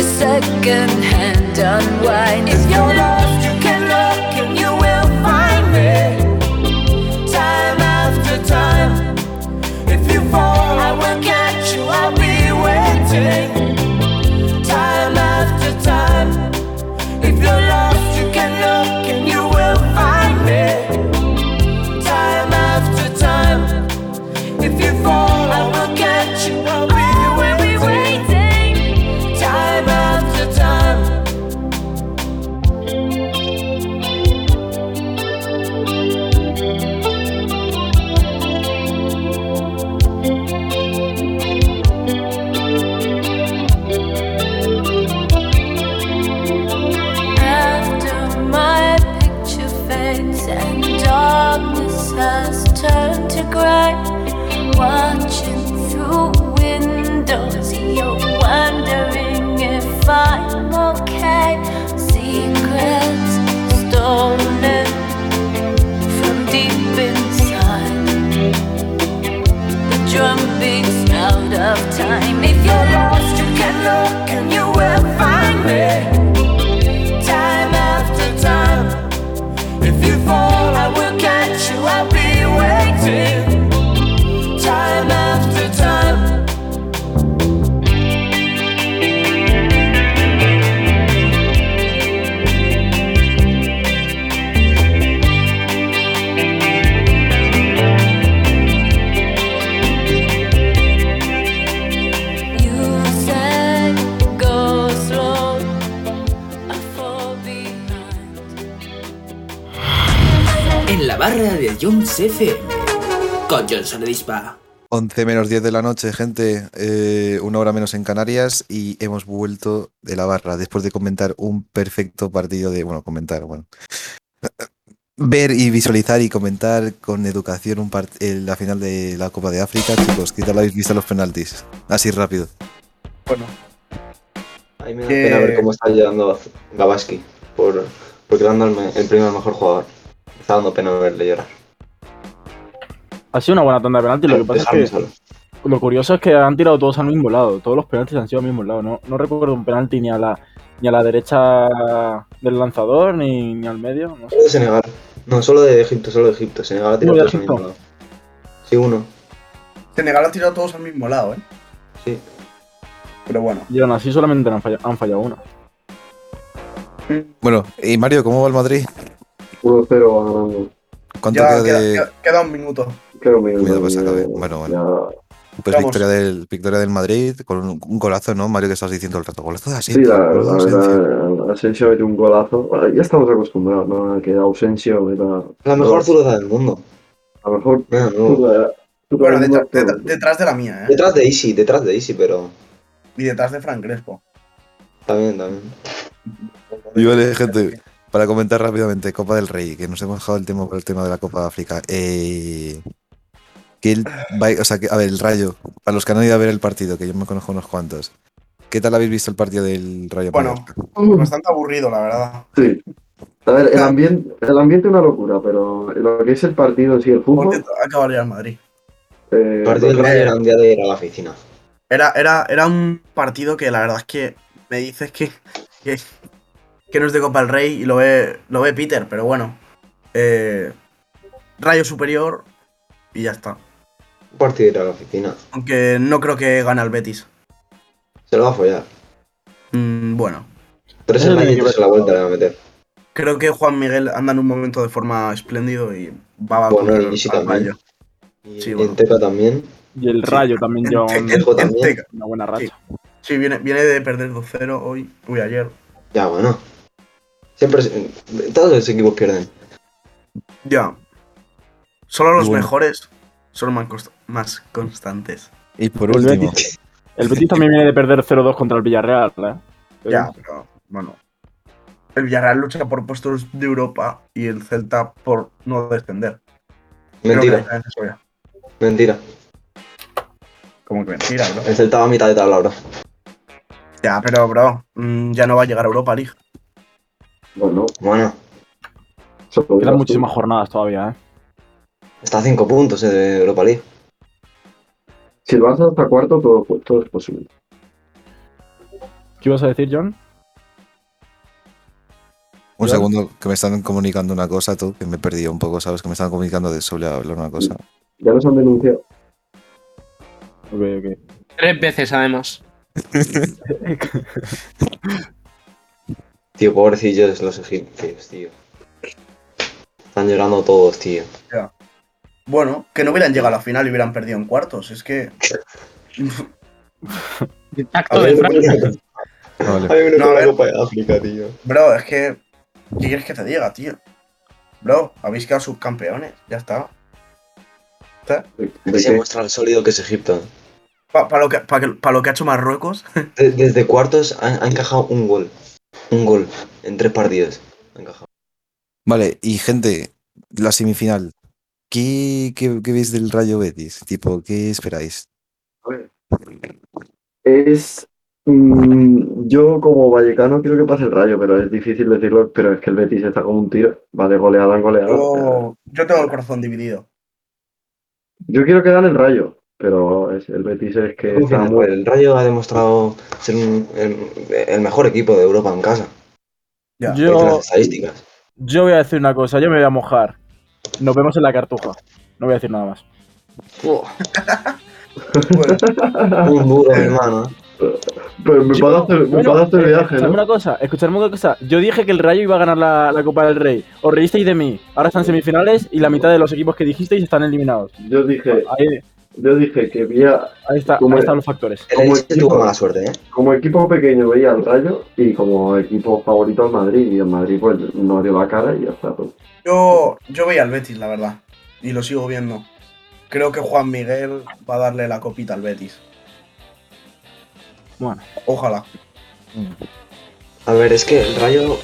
S13: second hand unwind. If you're lost, you can look and you will find me. Time after time. If you fall, I will catch you. I'll be waiting. Time after time. If you're lost, you can look and you will find me. Time after time. If you fall, I will catch you. I'll be waiting. Time after time. After my picture fades and darkness has turned to grey, watching through windows, you're wondering if I'm okay. Secrets stolen from deep inside. The drum beats out of time. If you're lost, you can look and you will find me time after time. If you fall, I will catch you. I'll be waiting. Time after time. You said go slow. I fall behind.
S6: En la barra de Jones FM. Con Johnson Dispa.
S1: 11 menos 10 de la noche, gente. eh, una hora menos en Canarias y hemos vuelto de la barra después de comentar un perfecto partido de. Bueno, comentar, bueno. [laughs] Ver y visualizar y comentar con educación un part- eh, la final de la Copa de África, chicos. ¿Qué tal habéis visto los penaltis? Así rápido.
S3: Ahí me da pena ver cómo está llorando Gabaski por, porque le han dado el, me- el premio al mejor jugador. Me Está dando pena verle llorar.
S5: Ha sido una buena tanda de penaltis. Lo que pasa
S3: Dejarme
S5: es que
S3: solo.
S5: lo curioso es que han tirado todos al mismo lado. Todos los penaltis han sido al mismo lado. No, no recuerdo un penalti ni a la ni a la derecha del lanzador ni, ni al medio. No sé.
S3: Solo de Senegal. No, solo de Egipto, solo de Egipto. Senegal ha tirado
S5: Uno de
S3: todos al mismo
S5: Egipto.
S3: lado. Sí, uno.
S2: Senegal ha tirado todos al mismo lado, ¿eh?
S3: Sí.
S2: Pero bueno.
S5: Y aún así solamente han falla- han fallado, uno.
S1: Bueno, y Mario, ¿cómo va el Madrid?
S4: 1-0 ganando.
S1: ¿Cuánto
S2: Ya
S1: queda,
S2: queda,
S1: de.?
S2: queda- queda un minuto.
S4: Creo que
S1: Cuidado, pues, acabe. Bueno, bueno. Pues
S2: Vamos.
S1: victoria del, victoria del Madrid con un, un golazo, ¿no, Mario? Que estás diciendo el rato. Golazo de
S4: Sí,
S1: Asensio,
S4: la,
S1: golazo
S4: la
S1: de Asensio.
S4: verdad, Asensio metió un golazo. Bueno, Ya estamos acostumbrados, ¿no? A Que Asensio era.
S3: La mejor zurda del mundo.
S4: A lo mejor.
S3: No, no.
S4: zurda- zurda
S2: Bueno,
S4: del
S2: detrás,
S4: mundo, pero-
S2: detrás- detrás de la mía, ¿eh?
S3: Detrás de Easy, detrás de Easy, pero
S2: Y detrás de Fran Crespo.
S3: también, también.
S1: Y vale, gente, para comentar rápidamente, Copa del Rey, que nos hemos dejado el tema por el tema de la Copa de África. Eh, que el, va- o sea, que- a ver, el Rayo, para los que no han ido a ver el partido, que yo me conozco unos cuantos. ¿Qué tal habéis visto el partido del Rayo?
S2: Bueno,
S1: Mallorca?
S2: bastante aburrido, la verdad.
S4: Sí. A ver, el ambiente, el ambiente es una locura, pero lo que es el partido en sí, el
S2: Por
S4: fútbol.
S2: cierto, acaba de llegar Madrid.
S4: eh,
S3: El partido del Rayo era un día de ir a la oficina.
S2: Era, era, era un partido que la verdad es que me dices que, que, que no es de Copa del Rey y lo ve, lo ve Peter, pero bueno. Eh, rayo superior y ya está.
S3: Un partido de ir a la oficina.
S2: Aunque no creo que gane al Betis.
S3: Se lo va a follar.
S2: Mm, bueno,
S3: Tres
S2: Eso
S3: en la ida
S2: tiene
S3: y
S2: que
S3: tres
S2: ver
S3: en la vuelta le va a meter.
S2: creo que Juan Miguel anda en un momento de forma espléndido y va a
S3: Bueno,
S2: vacunar
S3: y sí
S2: al
S3: también.
S2: Rayo. Sí,
S3: Y
S2: bueno.
S3: en Teca también.
S5: Y el Rayo también
S2: [laughs]
S5: lleva
S2: En-
S5: un-
S2: en- en
S5: una
S2: Teca.
S5: buena racha.
S2: Sí, viene, viene de perder 2-0 hoy. Uy, ayer.
S3: Ya, bueno. Siempre. se- Todos los equipos pierden.
S2: Ya. Solo los
S1: Y bueno.
S2: mejores son más, const- más constantes.
S1: Y por
S5: El
S1: último,
S5: Betis, el Betis también viene de perder 0-2 contra el Villarreal, ¿eh?
S2: Ya, pero bueno. El Villarreal lucha por puestos de Europa y el Celta por no descender. Creo que
S3: Mentira.
S2: la diferencia es obvia.
S3: Mentira.
S2: Como que mentira, bro.
S3: El Celta va a mitad de tabla ahora.
S2: Ya, pero bro, mm, ya no va a llegar a Europa League.
S4: Bueno,
S3: Bueno,
S5: Quedan muchísimas jornadas todavía, ¿eh?
S3: está a cinco puntos eh, de Europa League.
S4: Si el Barça está cuarto, todo, todo es posible.
S5: ¿Qué ibas a decir, John?
S1: un segundo, que me están comunicando una cosa, tú, que me he perdido un poco, ¿sabes? Que me están comunicando de sobre hablar una cosa.
S4: Ya los han denunciado.
S5: Ok, ok.
S12: Tres veces además.
S3: Tío, pobrecillos los egipcios, tío. Están llorando todos, tío.
S2: Ya. Bueno, que no hubieran llegado a la final y hubieran perdido en cuartos. Es
S12: [laughs]
S2: que.
S12: Tacto de
S3: [laughs]
S12: Francia.
S3: A mí me
S2: No, a
S3: la
S2: ver.
S3: Copa de África, tío.
S2: Bro, es que. ¿Qué quieres que te diga, tío? Bro, habéis quedado subcampeones. Ya está.
S3: Se muestra el sólido que es Egipto.
S2: Para lo, que- pa que- pa lo que ha hecho Marruecos.
S3: De- desde cuartos han, han encajado un gol. Un gol. En tres partidos. Han encajado.
S1: Vale, y gente, la semifinal. ¿Qué, qué, qué veis del Rayo Betis? Tipo, ¿qué esperáis?
S4: Es. mm, yo, como vallecano, quiero que pase el rayo, pero es difícil decirlo. Pero es que el Betis está como un tiro. Vale, goleada, goleada.
S2: Yo, yo tengo el corazón dividido.
S4: Yo quiero que gane el rayo, pero es- el Betis es que está
S3: Confirmo,
S4: muy.
S3: El Rayo ha demostrado ser un- el, el mejor equipo de Europa en casa. Porque
S5: Yo,
S3: las
S2: pues
S3: estadísticas.
S5: yo voy a decir una cosa, yo me voy a mojar. Nos vemos en la cartuja. No voy a decir nada más.
S3: Un
S4: [laughs]
S3: duro, hermano. ¿eh?
S4: Pero pues, me pagaste, me
S5: Bueno,
S4: pagaste el
S5: eh,
S4: viaje,
S5: escuchadme
S4: ¿no?
S5: una cosa, escuchadme una cosa. Yo dije que el Rayo iba a ganar la, la Copa del Rey. Os reísteis de mí. Ahora están semifinales y la mitad de los equipos que dijisteis están eliminados.
S4: Yo dije,
S5: Ahí,
S4: yo dije que veía.
S5: ahí está,
S4: Como
S5: ahí
S4: el-
S5: están los factores.
S4: como equipo,
S3: suerte, ¿eh?
S4: como equipo pequeño veía al Rayo y como equipo favorito al Madrid. Y el Madrid, pues, no dio la cara y ya está. pues.
S2: Yo, yo veía al Betis, la verdad. Y lo sigo viendo. Creo que Juan Miguel va a darle la copita al Betis.
S5: Bueno.
S2: Ojalá.
S3: A ver, es que el Rayo,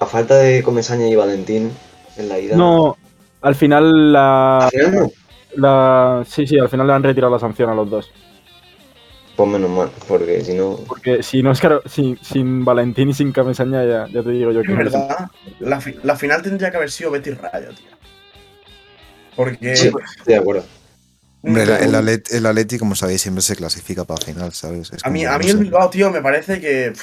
S3: a falta de Comesaña y Valentín en la ida.
S5: No, al final la.
S3: ¿Al final no?
S5: la- sí, sí, al final le han retirado la sanción a los dos.
S3: Pues menos mal, porque si no.
S5: Porque si no es claro, sin, sin Valentín y sin Camesaña, ya, ya te digo yo que.
S2: Es verdad. La, fi- la final tendría que haber sido Betis Rayo, tío. Porque.
S3: Sí,
S5: pues.
S3: estoy de acuerdo.
S1: Hombre, el, el Alet- el Atleti, como sabéis, siempre se clasifica para final, ¿sabes? Es
S2: A mí,
S1: como,
S2: a
S1: no
S2: mí el
S1: sé.
S2: Bilbao, tío, me parece que pff,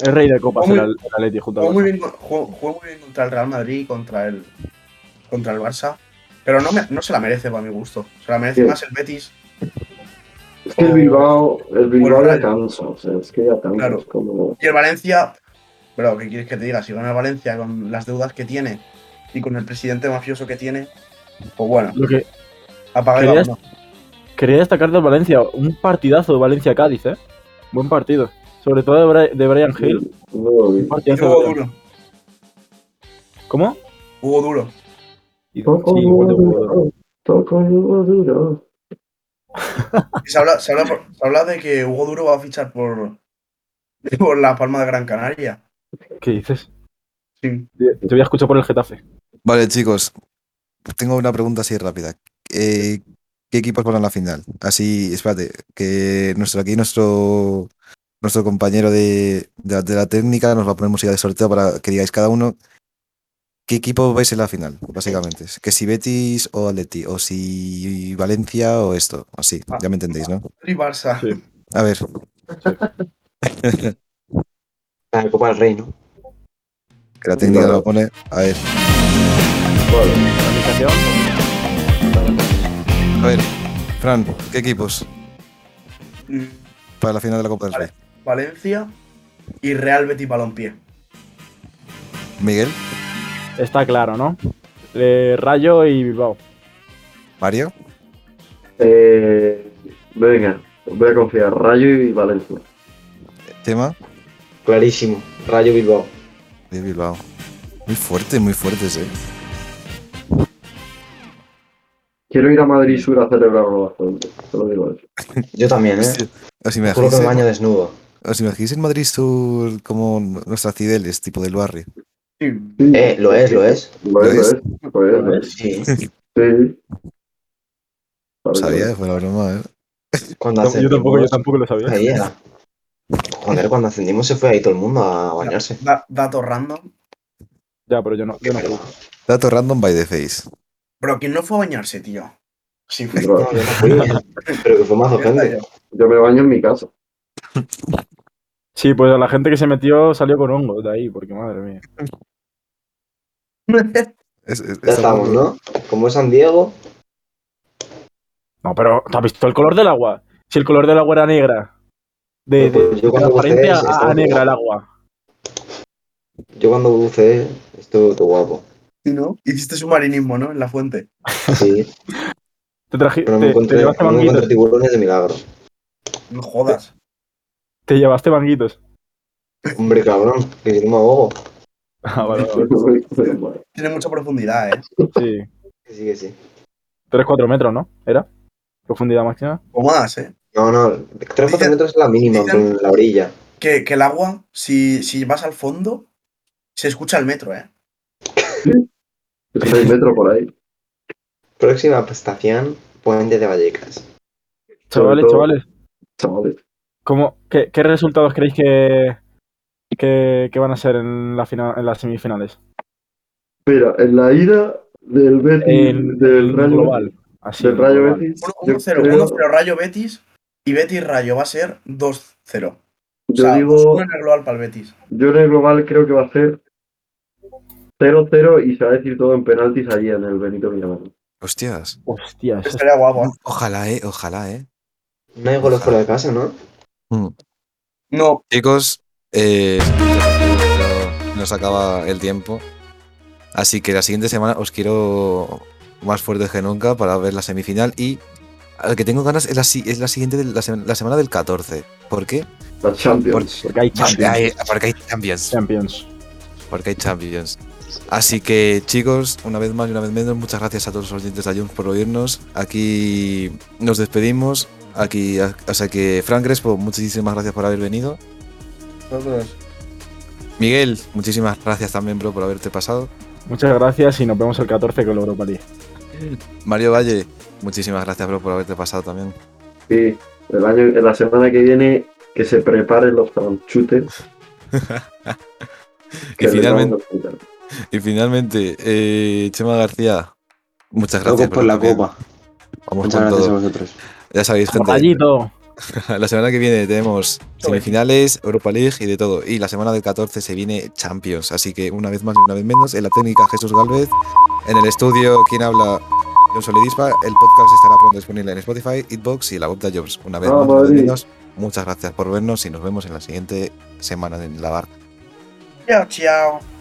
S5: Es rey de copas
S2: Muy-
S5: el, Al- el Atleti junto
S2: jugó
S5: al
S2: muy,
S5: Barça.
S2: bien, con- jugó- jugó muy bien contra el Real Madrid, contra el, contra el Barça. Pero no, me- no se la merece para mi gusto. Se la merece
S4: Sí.
S2: más el Betis.
S4: Es
S3: Oh.
S4: que el Bilbao, el Bilbao
S2: Rayo.
S4: ya cansa. O sea, es que ya cansa.
S2: Claro.
S4: es como.
S2: Y el Valencia, bro, ¿qué quieres que te diga? Si gana el Valencia con las deudas que tiene y con el presidente mafioso que tiene, pues bueno,
S5: Lo que
S2: apaga y
S5: quería,
S2: vámonos.
S5: quería destacar del Valencia, un partidazo de Valencia-Cádiz, ¿eh? Buen partido. Sobre todo de, Bri- de Brian Hill. Un partidazo de
S2: Hubo
S5: Brian.
S2: duro,
S5: ¿Cómo?
S2: hubo duro.
S4: Toco
S3: Oh,
S5: Sí, igual de jugador.
S4: duro, toco duro.
S2: Y Se habla, se, habla, por- se habla de que Hugo Duro va a fichar por, por la Palma de Gran Canaria.
S5: ¿Qué dices?
S2: Sí.
S5: Te voy a escuchar por el Getafe.
S1: Vale, chicos, tengo una pregunta así rápida. Eh, ¿qué equipos van a la final? Así, espérate, que nuestro aquí nuestro nuestro compañero de, de la- de la técnica nos va a poner música de sorteo para que digáis cada uno qué equipo vais en la final, básicamente. Es Que si Betis o Atleti, o si Valencia o esto, así, ya me entendéis, ¿no?
S2: Y Barça.
S1: A ver.
S3: La Copa del Rey, ¿no?
S1: que la técnica nos lo pone. A ver. A ver, Fran, ¿qué equipos
S2: Mm,
S1: para la final de la Copa del Rey?
S2: Valencia y Real Betis Balompié.
S1: Miguel,
S5: Está claro, ¿no? Eh, Rayo y Bilbao.
S1: Mario,
S4: Eh, venga, voy a confiar. Rayo y Valencia.
S1: tema.
S3: Clarísimo. Rayo Bilbao.
S1: De Bilbao. Muy fuertes, muy fuertes, eh.
S4: Quiero ir a Madrid Sur a celebrarlo bastante. Te lo digo eso.
S3: Yo también, ¿eh?
S1: Hostia, ¿Os
S3: Juro
S1: imagináis,
S3: que me baño
S1: en-
S3: desnudo.
S1: os imagináis en Madrid Sur como nuestras cibeles, tipo del barrio?
S3: Eh, lo es, lo es.
S4: Lo es, lo es. Lo es, lo es.
S3: Sí.
S4: Sí.
S3: Pues
S1: Sabía, fue la broma, eh.
S3: Cuando
S5: Yo tampoco, yo
S3: ascendimos-
S5: tampoco lo sabía.
S3: Ahí era. Joder, cuando ascendimos se fue ahí todo el mundo a bañarse.
S2: Da- dato random.
S5: Ya, pero yo no. Yo no creo.
S1: Dato random by the face.
S2: Pero ¿quién no fue a bañarse, tío? Sí, fue.
S4: Bro,
S3: No, yo no fui. [laughs] Pero que fue más gente.
S4: yo me baño en mi casa.
S5: Sí, pues a la gente que se metió salió con hongos de ahí, porque madre mía.
S2: [laughs]
S3: Ya estamos, ¿no? Como es San Diego.
S5: No, pero ¿te has visto el color del agua? Si el color del agua era negra. De, de,
S3: pues, yo cuando
S5: transparente
S3: buceé,
S5: a,
S3: estaba
S5: a negra
S3: guapo.
S5: el agua.
S3: Yo cuando buceé, estuvo todo guapo.
S2: Sí, ¿no? Hiciste submarinismo, ¿no? En la fuente.
S3: [laughs] Sí.
S5: Te traje.
S3: Pero me
S5: te-
S3: encontré,
S5: te llevaste
S3: no me
S5: manguitos.
S3: encontré tiburones de milagro.
S2: No jodas.
S5: Te llevaste banguitos.
S3: Hombre, cabrón, que yo no me ahogo.
S5: [laughs] Ah, vale,
S3: [laughs]
S2: Tiene mucha profundidad, ¿eh?
S5: Sí.
S3: Sí, que sí.
S5: 3-4 metros, ¿no? ¿Era? Profundidad máxima.
S2: O más, ¿eh?
S3: No, no, 3 4 metros es la mínima
S2: dicen-
S3: con la orilla.
S2: Que, que el agua, si, si vas al fondo, se escucha el metro, ¿eh?
S4: Seis metros por ahí.
S3: Próxima estación, Puente de Vallecas.
S5: Chavales,
S3: todo-
S5: chavales. ¿Cómo, qué, qué resultados creéis que, que, que van a ser en, la final, en las semifinales?
S4: Mira, en la ida del Betis,
S5: En-
S4: del
S5: en
S4: Rayo
S5: global,
S4: Betis,
S5: así,
S4: del Rayo
S5: global.
S4: Betis, yo
S2: 1-0,
S4: creo-
S2: 1-0 Rayo Betis y Betis Rayo va a ser 2-0.
S4: Yo
S2: o sea,
S4: digo-
S2: 2-1 en el global para el Betis.
S4: yo en el global creo que va a ser 0-0 y se va a decir todo en penaltis allí en el Benito Villamarín.
S1: Hostias.
S5: Hostias.
S4: Este
S2: Estaría guapo.
S1: Ojalá, eh, ojalá, eh.
S3: No hay goles fuera de casa, ¿no?
S2: No.
S1: Chicos, eh, nos acaba el tiempo. Así que la siguiente semana os quiero más fuertes que nunca para ver la semifinal. Y al que tengo ganas es la, si- es la siguiente, de la, sem- la semana del 14. ¿Por qué?
S4: La Champions.
S5: Porque hay
S1: Porque hay, porque hay Champions.
S5: Champions.
S1: Porque hay Champions. Así que, chicos, una vez más y una vez menos, muchas gracias a todos los oyentes de Jones por oírnos. Aquí nos despedimos. Aquí, o sea que, Fran Crespo, muchísimas gracias por haber venido. Miguel, muchísimas gracias también, bro, por haberte pasado.
S5: Muchas gracias y nos vemos el 14 con la Europa League.
S1: Mario Valle, muchísimas gracias, bro, por haberte pasado también.
S4: Sí, el año, en la semana que viene que se preparen los franchutes.
S5: [laughs]
S1: Y
S4: que les
S1: finalmente,
S4: vamos a presentar.
S1: y finalmente eh, Chema García, muchas gracias.
S3: Locos por
S1: bro,
S3: la
S1: también.
S3: copa.
S1: Vamos
S3: Muchas
S1: con
S3: gracias
S1: todo.
S3: a vosotros.
S1: Ya sabéis, gente.
S5: Rayito.
S1: [laughs] la semana que viene tenemos semifinales, Europa League y de todo. Y la semana del 14 se viene Champions. Así que una vez más y una vez menos, en la técnica Jesús Galvez, en el estudio quien habla John Solidispa, el podcast estará pronto disponible en Spotify, Hitbox y la web de Jobs. Una vez
S4: Ah,
S1: más, una vez
S4: Madrid.
S1: menos, muchas gracias por vernos y nos vemos en la siguiente semana en la barra.
S2: Chao, chao.